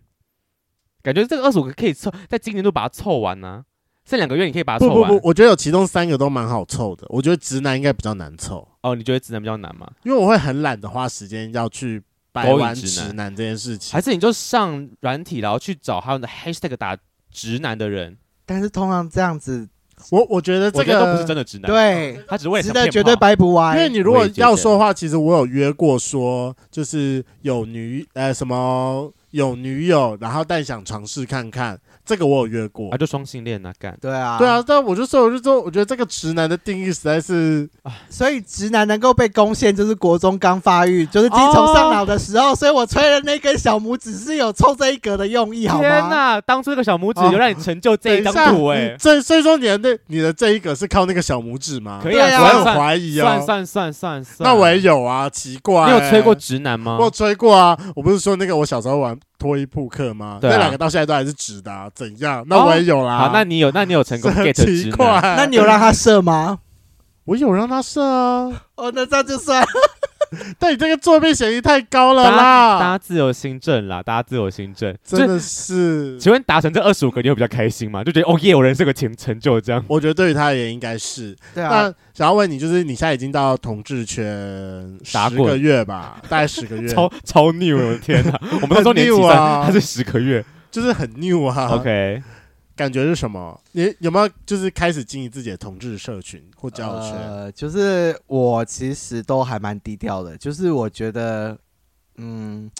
S2: 感觉这个二十五个可以凑，在今年都把它凑完呢、剩两个月你可以把它
S1: 不
S2: 啊凑
S1: 不
S2: 完。
S1: 不，我觉得有其中三个都蛮好凑的，我觉得直男应该比较难凑，
S2: 哦，你觉得直男比较难吗？
S1: 因为我会很懒得花时间要去掰
S2: 勾引
S1: 弯
S2: 直
S1: 直
S2: 男
S1: 男这件事情
S2: 还。是你就上软体，然后去找他们的 hashtag 打直男的人？
S3: 但是通常这样子，
S1: 我我觉得这
S2: 我觉得都不是
S1: 个，
S2: 真的直男，，
S3: 对，
S2: 他只是为了
S3: 直
S2: 想
S3: 的
S2: 骗
S3: 绝对
S2: 炮
S3: 掰不
S1: 因为
S3: 歪。
S1: 你如果
S2: 我也觉得
S1: 要说的话，其实我有约过说，就是有女呃什么有女友，然后但想尝试看看，这个我有约过
S2: 啊，。就双性恋啊，干
S3: 对啊，
S1: 对啊，，但我就说，我就说，我觉得这个直男的定义实在是
S3: 所以直男能够被攻陷，就是国中刚发育，就是精虫上脑的时候，所以我吹的那根小拇指是有凑这一格的用意，好
S2: 天
S3: 吗？
S2: 哪！当初那个小拇指
S1: 哦
S2: 有让你成就这
S1: 等
S2: 一
S1: 一
S2: 张
S1: 下，
S2: 图哎、
S1: 嗯所以所以说你的那你的这一个是靠那个小拇指吗？
S2: 可以啊
S1: 对
S2: 算
S1: 我很
S2: 算
S1: 怀疑
S2: 算
S1: 哦。
S2: 算算算算，
S1: 那我也有啊，奇怪、
S2: 你有吹过？直男吗
S1: 我？有吹过啊！我不是说那个我小时候玩脱衣扑克吗？
S2: 对啊哦
S1: 那两个到现在都还是直的、啊，怎样？那我也有啦。
S2: 好，那你有那你有成
S1: [LAUGHS]
S2: 功 get
S1: 啊奇
S2: 直
S1: 怪
S2: 男？，
S3: 那你有让他射吗？
S1: 我有让他射啊，
S3: [LAUGHS] 哦，那这样就算。
S1: 但你这个作弊嫌疑太高了
S2: 大
S1: 啦
S2: 家，自由新政啦，大家自由新政。
S1: 真
S2: 就，
S1: 的是。
S2: 请问达成这二十五个，你会比较开心吗？就觉得哦耶，我人生有个成成就这样。
S1: 我觉得对于他也应该是。
S3: 对
S1: 那
S3: 啊，
S1: 想要问你，就是你现在已经到统治圈
S2: 打
S1: 十
S2: 滚
S1: 个月吧，大概十个月，
S2: [LAUGHS] 超超 new，我的天哪！我们那时候年纪
S1: 很 new 啊
S2: 三，他是十个月。
S1: 就是很 new 啊。
S2: OK，
S1: 感觉是什么？你有没有就是开始经营自己的同志社群或交友圈？
S3: 呃，就是我其实都还蛮低调的，就是我觉得，嗯，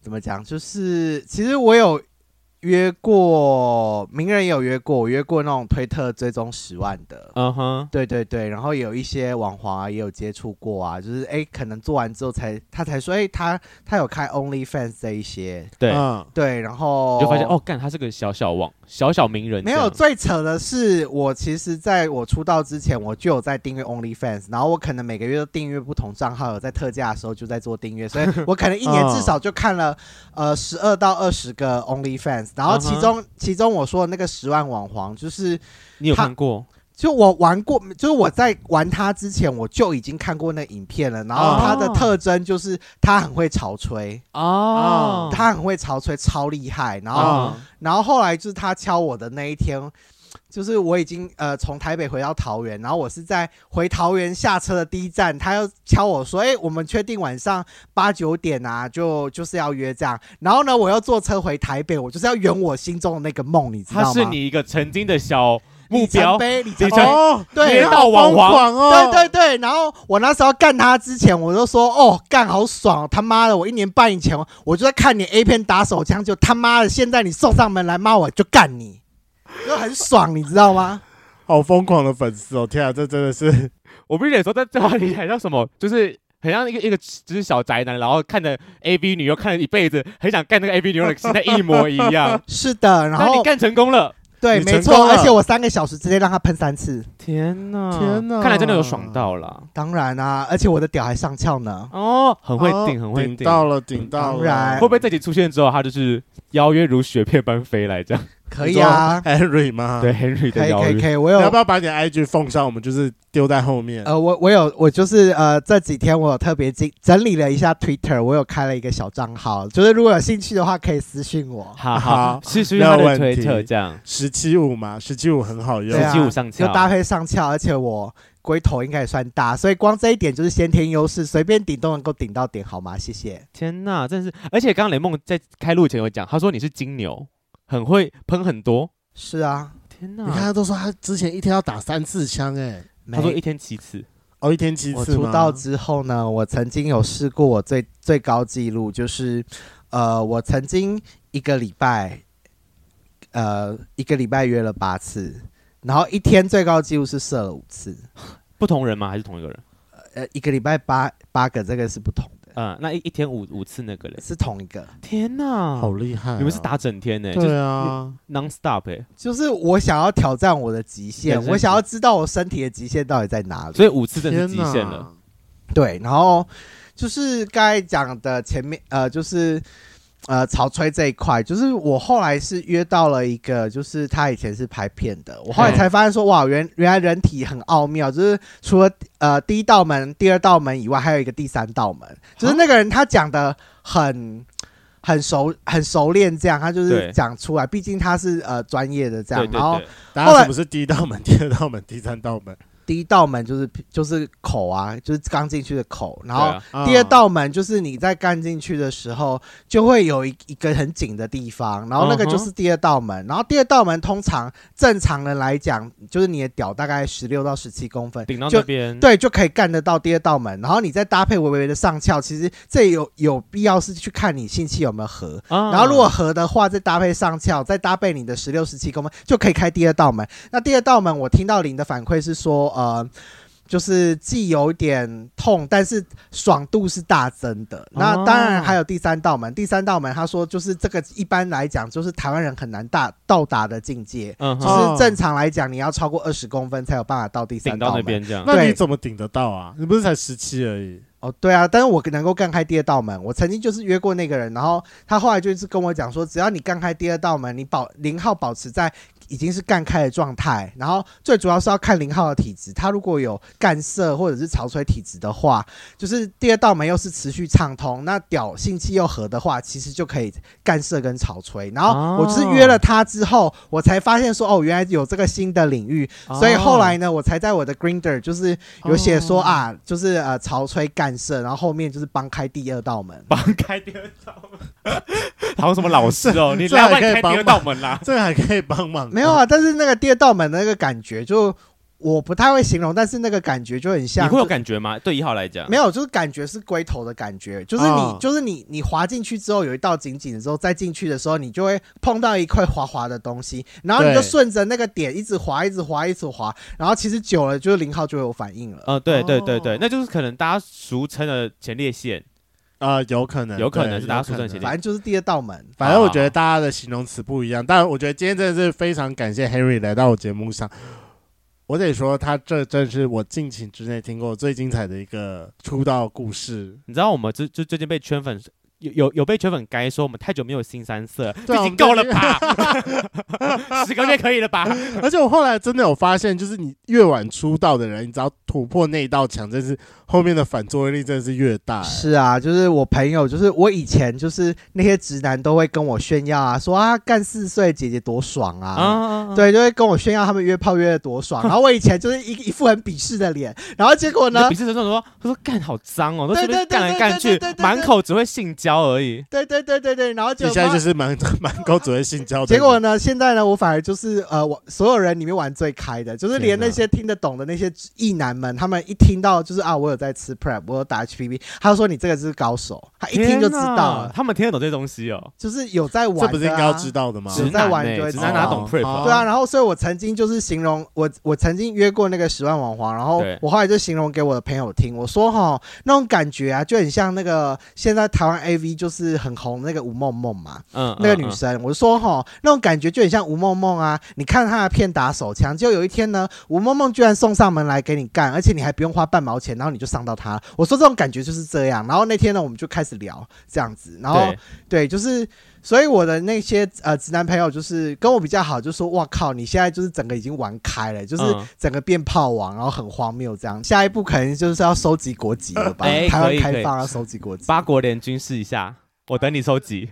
S3: 怎么讲？就是其实我有约过名人也有约过，我约过那种推特追踪十万的。
S2: 嗯哼，
S3: 对对对，然后有一些网红啊，也有接触过啊，就是哎，可能做完之后才他才说，哎，他他有开 OnlyFans 这一些，
S2: 对，
S1: 嗯
S3: 对，然后
S2: 就发现哦，干他是个小小网小小名人这
S3: 没
S2: 样，
S3: 有，最扯的是，我其实在我出道之前，我就有在订阅 OnlyFans，然后我可能每个月都订阅不同账号，有在特价的时候就在做订
S2: [LAUGHS]
S3: 阅，所以我可能一
S2: 嗯
S3: 年至少就看了、呃十二到二十个 OnlyFans，然
S2: 嗯
S3: 后其中、其中我说的那个十万网黄，就是
S2: 你有
S3: 他
S2: 看过？
S3: 就我玩过，就是我在玩它之前我就已经看过那影片了，然后它的
S2: 哦
S3: 特征就是它很会潮吹，
S2: 哦，
S3: 它很会潮吹，超厉害，然后。
S1: 哦
S2: 嗯
S3: 然后后来就是他敲我的那一天，就是我已经呃从台北回到桃园，然后我是在回桃园下车的第一站，他又敲我说：“哎、我们确定晚上八九点啊，就就是要约这样。”然后呢，我又坐车回台北，我就是要圆我心中的那个梦，你知道
S2: 他
S3: 吗？
S2: 是你一个曾经的小目
S3: 里程
S2: 标，
S3: 碑，里程
S2: 里
S3: 碑
S2: 程。
S1: 哦，
S3: 对
S1: 你好疯狂哦，
S3: 对对对，然后我那时候干他之前，我就说哦，干好爽，他妈的，我一年半以前我就在看你 A 片打手枪，就他妈的，现在你送上门来骂我就干你，就很爽，你知道吗？。
S1: 好疯狂的粉丝哦，天啊，这真的是
S2: 我必须得说，在这话里很像什么，就是很像一个一个只是小宅男，然后看着 A B 女优看了一辈子，很想干那个 A B 女优的现在一模一样
S3: 是的，然
S2: 但你
S3: 后
S2: 干成功了，
S3: 对，
S1: 你
S3: 没
S1: 成功
S3: 错，
S1: 了
S3: 而且我三个小时之内让他喷三次，
S2: 天哪
S1: 天哪
S2: 看来真的有爽到了
S3: 当然啊，而且我的屌还上翘呢。
S2: 哦，很会
S1: 哦
S2: 顶，很会顶。
S1: 到了，顶到
S3: 当然
S1: 了，
S2: 会不会这集出现之后，他就是邀约如雪片般飞来这样？
S3: 可以啊，
S1: ，Henry 吗？
S2: 对，Henry
S3: 可
S2: 的
S3: 以
S2: 邀
S3: 可以
S2: 约，
S3: 可以，我
S1: 你要
S3: 有
S1: 不要把你的 IG 奉上？我们就是丢在后面。
S3: 呃，我我有我就是呃这几天我有特别整整理了一下 Twitter，我有开了一个小账号，就是如果有兴趣的话可以私信我。
S2: 好好
S1: 好，
S2: 是是他
S1: 没有
S2: 的
S1: 问
S2: 推
S1: 题
S2: 特这样，
S1: 十七五嘛，十七五很好用
S3: 对。啊
S2: 十七五上
S3: 又
S2: 翘，
S3: 搭配上翘，而且我龟头应该也算大，所以光这一点就是先天优势，随便顶都能够顶到点，好吗？谢谢。
S2: 天呐，真是！而且刚刚雷梦在开录前有讲，他说你是金牛，很会喷很多。
S3: 是啊，
S2: 天
S1: 你看
S2: 呐，
S1: 他都说他之前一天要打三次枪，哎，
S2: 他说一
S3: 没。
S2: 天七次，
S1: 哦，一天七
S3: 我
S1: 次
S3: 出
S1: 吗？
S3: 道之后呢，我曾经有试过我最最高纪录，就是呃，我曾经一个礼拜，呃，一个礼拜约了八次，然后一天最高纪录是射了五次，
S2: 不同人吗？还是同一个人？
S3: 呃，一个礼拜八八个，这个是不同的，
S2: 嗯，那一一天五五次那个人。
S3: 是同一个。
S2: 天呐，
S1: 好厉
S3: 啊
S1: 害哦！
S2: 你们是打整天呢，就是
S1: 对啊，
S2: non stop 哎，
S3: 就是我想要挑战我的极限
S2: 人，生
S3: 我想要知道我身体的极限到底在哪里。
S2: 所以五次真的
S1: 天
S2: 是极
S1: 哪
S2: 限了。。
S3: 对，然后就是刚才讲的前面，呃，就是呃草吹这一块，就是我后来是约到了一个，就是他以前是拍片的，我后来
S2: 嗯
S3: 才发现说，哇，原原来人体很奥妙，就是除了呃第一道门、第二道门以外，还有一个第三道门，
S2: 啊
S3: 就是那个人他讲的很。很熟很熟练，这样他就是
S2: 对
S3: 讲出来，毕竟他是呃专业的这样
S2: 对，对
S3: 然后
S2: 对，
S1: 大
S3: 后
S1: 家
S3: 来
S1: 什么是第一道门、第二道门、第三道门？
S3: 第一道门就是就是口啊，就是刚进去的口，然
S2: 对
S3: 后
S2: 啊
S1: 啊
S3: 第二道门就是你在刚进去的时候就会有一一个很紧的地方，然后那
S2: 嗯
S3: 个
S2: 哼
S3: 就是第二道门，然后第二道门通常正常人来讲，就是你的屌大概十六到十七公分，
S2: 顶到
S3: 就
S2: 那边，
S3: 对，就可以干得到第二道门，然后你再搭配微微的上翘，其实这也有有必要是去看你性器有没有合，
S2: 啊，
S3: 然后如果合的话，再搭配上翘，再搭配你的十六、十七公分，就可以开第二道门。那第二道门，我听到零的反馈是说，呃，就是既有点痛，但是爽度是大增的。那当然还有第三道门，第三道门他说就是这个一般来讲就是台湾人很难大到达的境界，
S2: 嗯
S3: 就
S1: 哦
S2: 哼，
S3: 是正常来讲你要超过二十公分才有办法到第三
S2: 顶
S3: 道
S2: 到那
S3: 门。
S2: 边这样。
S1: 那你
S3: 对
S1: 怎么顶得到啊？你不是才十七而已？
S3: 哦，对啊，但是我能够干开第二道门。我曾经就是约过那个人，然后他后来就是跟我讲说，只要你干开第二道门，你保零号保持在已经是干开的状态，然后最主要是要看零号的体质，他如果有干涩或者是潮吹体质的话，就是第二道门又是持续畅通，那屌性气又合的话，其实就可以干涉跟潮吹。然后我就是约了他之后，我才发现说，哦，原来有这个新的领域，
S2: 哦
S3: 所以后来呢，我才在我的 Grinder 就是有写说
S1: 哦
S3: 啊，就是呃潮吹干涉，然后后面就是帮开第二道门。
S2: 帮开第二道门，好像什么老师
S3: [LAUGHS]
S2: 哦，你
S1: 这还
S2: 来帮
S1: 可以
S2: 开第
S1: 帮
S2: 二
S1: 忙
S2: 道门啦。
S3: 啊
S1: 这个还可以帮忙？
S3: 没有，啊，但是那个第二道门的那个感觉就。我不太会形容，但是那个感觉就很像，
S2: 你会有
S3: 就
S2: 感觉吗？对一号来讲，
S3: 没有，就是感觉是龟头的感觉，就是你，
S1: 哦
S3: 就是你，你滑进去之后有一道紧紧的时候，再进去的时候，你就会碰到一块滑滑的东西，然后你就
S1: 对
S3: 顺着那个点一直滑，一直滑，一直滑，然后其实久了，就是零号就会有反应了。
S2: 呃，对对对
S1: 哦
S2: 对，那就是可能大家俗称的前列腺，
S1: 呃，有可能，
S2: 有可
S1: 对
S2: 能是大家俗称
S1: 有可
S2: 前列
S1: 能
S3: 反正就是第二道门，
S1: 反正我觉得大家的形容词不一样，但我觉得今天真的是非常感谢 Henry 来到我节目上。我得说，他这真是我近期之内听过最精彩的一个出道故
S3: [LAUGHS]
S1: 事。
S2: 你知道我们最最最近被圈粉。有有有被圈粉该说我们太久没有新三色，
S1: 对啊
S2: 已经够了吧？ [LAUGHS] 十个月可以了
S3: [LAUGHS]
S2: 吧？
S1: 而且我后来真的有发现，就是你越晚出道的人，你只要突破那一道墙，真是后面的反作用力真的是越大、欸
S3: 是啊，就是我朋友，就是我以前就是那些直男都会跟我炫耀啊，说啊干四岁姐姐多爽啊，
S2: 啊，
S3: 对，就会跟我炫耀他们约炮约的多
S1: [LAUGHS]
S3: 爽。然后我以前就是一一副很鄙视的脸，然后结果
S2: 你的
S3: 呢
S2: 鄙，视神说，他说干好脏哦，都
S3: 对
S2: 这边
S3: 对对
S2: 干来
S3: 对
S2: 干
S3: 对
S2: 去
S3: 对对，对
S2: 满口只会性交而已。
S3: 对对对对对，然后结
S1: 接
S3: 果
S1: 下来就是蛮 [LAUGHS] 蛮高主任性交的。
S3: 结果呢？现在呢？我反而就是呃，我所有人里面玩最开的，就是连
S1: 天哪
S3: 那些听得懂的那些异男们，他们一听到就是啊，我有在吃 prep，我有打 HPV，他就说你这个就是高手，他一听就知
S2: 天
S3: 道
S2: 哪
S3: 了，
S2: 他们听得懂这东西哦。
S3: 就是有在玩、
S1: 这
S3: 啊，
S1: 不是应该要知道的吗？
S2: 直
S3: 有在
S2: 男
S3: 玩
S2: 欸
S3: 就会
S2: 直
S3: 知
S2: 男哪
S3: 道
S2: 懂 prep？
S1: 哦
S2: 啊
S3: 对啊，然后所以我曾经就是形容我，我曾经约过那个十万网黄，然后
S2: 对
S3: 我后来就形容给我的朋友听，我说哈，那种感觉啊，就很像那个现在台湾 AV 就是很红那个吴梦梦嘛，
S2: 嗯，
S3: 那个
S2: 嗯
S3: 女
S2: 嗯
S3: 生，我说哈，那种感觉就很像吴梦梦啊，你看她的片打手枪，结果有一天呢，吴梦梦居然送上门来给你干，而且你还不用花半毛钱，然后你就上到她了，我说这种感觉就是这样，然后那天呢，我们就开始聊这样子，然后
S2: 对嗯
S3: 对，就是，所以我的那些呃直男朋友，就是跟我比较好，就说哇靠，你现在就是整个已经玩开了，就是
S2: 嗯
S3: 整个变炮王，然后很荒谬这样。下一步可能就是要收集国籍了吧？
S2: 哎
S3: 台
S2: 可
S3: 湾
S2: 以可
S3: 开
S2: 以
S3: 放要收集国籍。
S2: 八国联军试一下，我等你收集。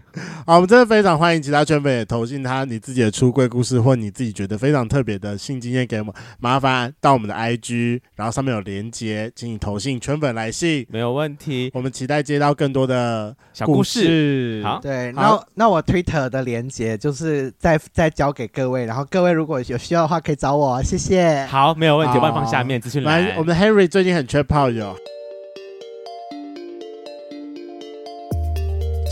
S1: 好，我们真的非常欢迎其他圈粉也投信他你自己的出柜故事，或你自己觉得非常特别的性经验给我们，麻烦到我们的 IG，然后上面有连接，请你投信圈粉来信。
S2: 没有问题。
S1: 我们期待接到更多的
S2: 小
S1: 故
S2: 故事，好
S3: 对，
S1: 好
S3: 然后那我 Twitter 的连接就是再再交给各位，然后各位如果有需要的话可以找我哦，谢谢。
S2: 好，没有问题，
S1: 好
S2: 我帮你放下面资讯
S1: 来，
S2: 栏。
S1: 我们的 Henry 最近很缺炮友。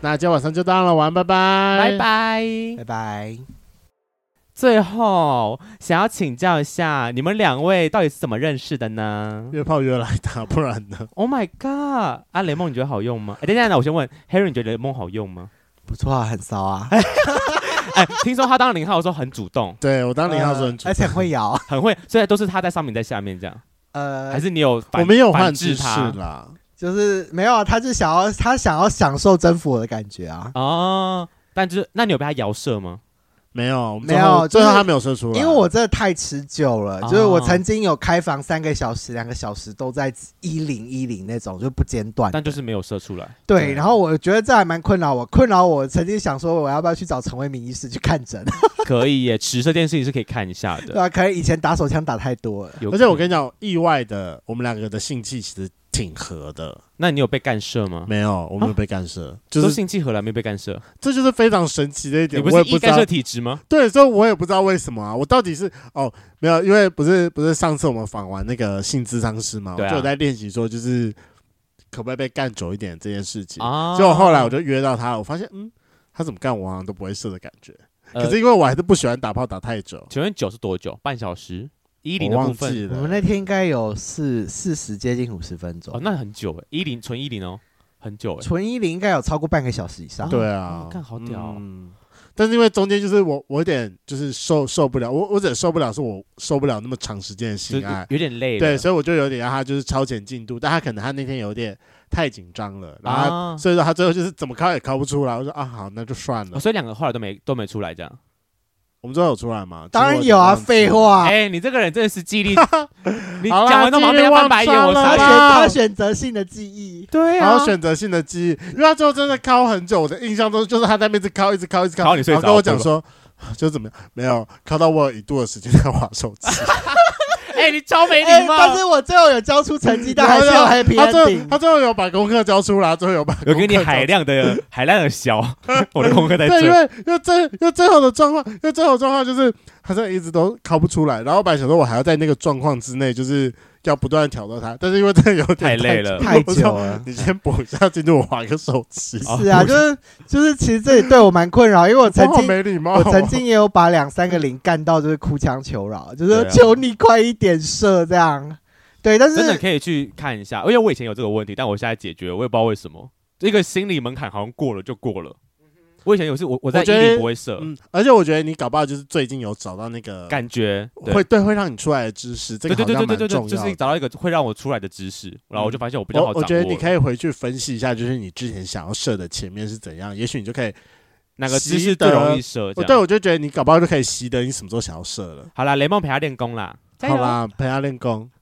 S1: 那今天晚上就到这了，玩，拜拜，
S2: 拜。拜。
S3: 拜拜。
S2: 最后，想要请教一下，你们两位到底是怎么认识的呢
S1: 约炮约来打，不然呢？
S2: ？Oh my god！啊，雷梦，你觉得好用吗？哎、等一下，那我先问 Harry，你觉得雷梦好用 [LAUGHS] 吗？
S3: 不错啊，很骚啊，
S2: 哎、听说他当零号的时候很主动，
S1: 对我当零号是很主
S3: 呃而且会摇，
S2: 很会，所以都是他在上面，你在下面这样。
S3: 呃，
S2: 还是你有反
S1: 我们有换
S2: 反
S1: 姿
S2: 制
S1: 势
S2: 他
S1: 啦。
S3: 就是没有，啊，他就想要他想要享受征服我的感觉啊。
S2: 哦，但就是那你有被他摇射吗？
S1: 没有，我们
S3: 没有
S1: 最后
S3: 就
S1: 最
S3: 是
S1: 后他没有射出来，
S3: 因为我真的太持久了，
S2: 哦
S3: 就是我曾经有开房三个小时、两个小时都在一零一零那种，就不间
S1: 哎
S3: 断。
S2: 但就是没有射出来。
S3: 对，
S1: 对
S3: 然后我觉得这还蛮困扰我，困扰我曾经想说我要不要去找陈为民医师去看诊，
S2: 可以耶，持射这件事情是可以看一下
S3: 对啊
S2: 的。
S3: 吧、可能以前打手枪打太多了，
S2: 有
S1: 啊而且我跟你讲，意外的，我们两个的性气其实挺合的。
S2: 那你有被干射吗？
S1: 没有，我没有被干涉，就
S2: 啊都
S1: 是
S2: 性气合了，没有被干射。
S1: 这就是非常神奇的一
S2: 你
S1: 点。
S2: 不
S1: 我
S2: 是
S1: 也
S2: 易
S1: 不知
S2: 干
S1: 道
S2: 射，体质吗？
S1: 对，所以我也不知道为什么啊。我到底是哦，没有，因为不是不是上次我们访完那个性智商师嘛，
S2: 对
S1: 我
S2: 啊
S1: 就有在练习说，就是可不可以被干久一点这件事情。
S2: 啊
S1: 结果后来我就约到他，我发现嗯，他怎么干我好像都不会射的感觉。
S2: 呃
S1: 可是因为我还是不喜欢打炮打太久，
S2: 请问酒是多久？半小时？一零
S1: 我
S2: 的部
S1: 忘
S2: 分？
S1: 记
S3: 我们
S1: 了。
S3: 那天应该有四四十接近五十分钟，
S2: 哦，那很久哎，一零纯一零哦，很久哎。
S3: 纯一零应该有超过半个小时以上。
S1: 对啊
S2: 哦，干好屌哦
S1: 嗯但是因为中间就是我，我有点就是受受不了，我我只受不了是我受不了那么长时间的
S2: 就
S1: 性
S2: 有
S1: 爱，
S2: 有点
S1: 啊
S2: 累了。
S1: 对，所以我就有点让他就是超前进度，但他可能他那天有点太紧张了，然后他、
S2: 啊，
S1: 所以说
S2: 哦
S1: 他最后就是怎么敲也敲不出来，我说啊好，那就算了
S2: 哦，所以两个后来都没都没出来这样。
S1: 我们最后有出来吗？
S3: 当然有啊，
S1: 其实我忘记
S3: 废
S1: 了。
S3: 话。
S2: 哎、你这个人真的是
S1: [LAUGHS]
S2: 记忆力，你
S1: 好啦
S2: 讲完都马上被他翻白眼，
S1: 记忆力
S2: 我
S1: 忘
S2: 傻
S3: 他
S1: 了
S2: 眼。
S3: 选
S1: 啦
S3: 他选择性的记忆，
S2: 对
S1: 然
S2: 啊，
S1: 后选择性的记忆，因为他最后真的敲很久，我的印象中就是他在那边一直敲，一直敲，一直敲，
S2: 敲到你睡
S1: 然后跟
S2: 着
S1: 我讲说， [SIGHS] 就怎么样，没有敲到我有一度的时间在划手机，
S2: 哎、你超没
S3: 哎、
S2: 礼貌。
S3: 但是我最后有交出成绩单，还是有
S1: 然后
S3: happy
S1: 他最后
S3: ending。
S1: 他最后有把功课交出来，最后有把
S2: [LAUGHS] 有给你
S1: 功课交
S2: 海量的 [LAUGHS] 海量的小，我的功课在
S1: 对，因
S2: 这。
S1: 为因为最因为最后的状况，因为最后的状况就是好像一直都考不出来，然后我本来想说我还要在那个状况之内，就是要不断地挑逗他，但是因为真的有点
S2: 太累了
S3: 太
S1: 我
S3: 久
S1: 说
S3: 了，
S1: 你先补一下进度，我划个手机。
S2: 哦
S3: 是啊，
S2: 不
S3: 就是就是，其实这里对我蛮困扰，因为我曾
S1: 我好
S3: 经
S1: 没礼貌哦，
S3: 我曾经也有把两三个零干到，就是哭腔求饶，就是说
S2: 对啊
S3: 求你快一点射这样。对，但
S2: 真的
S3: 是
S2: 可以去看一下，因为我以前有这个问题，但我现在解决了，我也不知道为什么，这个心理门槛好像过了就过了。我以前有是我我在
S1: 我
S2: 一
S1: 觉得
S2: 零不会射，
S1: 嗯，而且我觉得你搞不好就是最近有找到那个
S2: 感觉对
S1: 会对会让你出来的知识，这
S2: 对
S1: 个
S2: 对
S1: 好
S2: 对对
S1: 像
S2: 对
S1: 蛮
S2: 对
S1: 重要
S2: 对，就是
S1: 的。
S2: 找到一个会让我出来的知识，然后我就发现我比较
S1: 我
S2: 好
S1: 我
S2: 掌握了。
S1: 觉得你可以回去分析一下，就是你之前想要射的前面是怎样，也许你就可以。
S2: 哪个姿
S1: 习
S2: 势
S1: 得
S2: 最容易射？
S1: 我
S2: 这样
S1: 对我就觉得你搞不好就可以习得你什么时候想要射了。
S2: 好啦，雷梦陪他练功啦，加
S1: 好
S2: 油！
S1: 啦，陪他练功。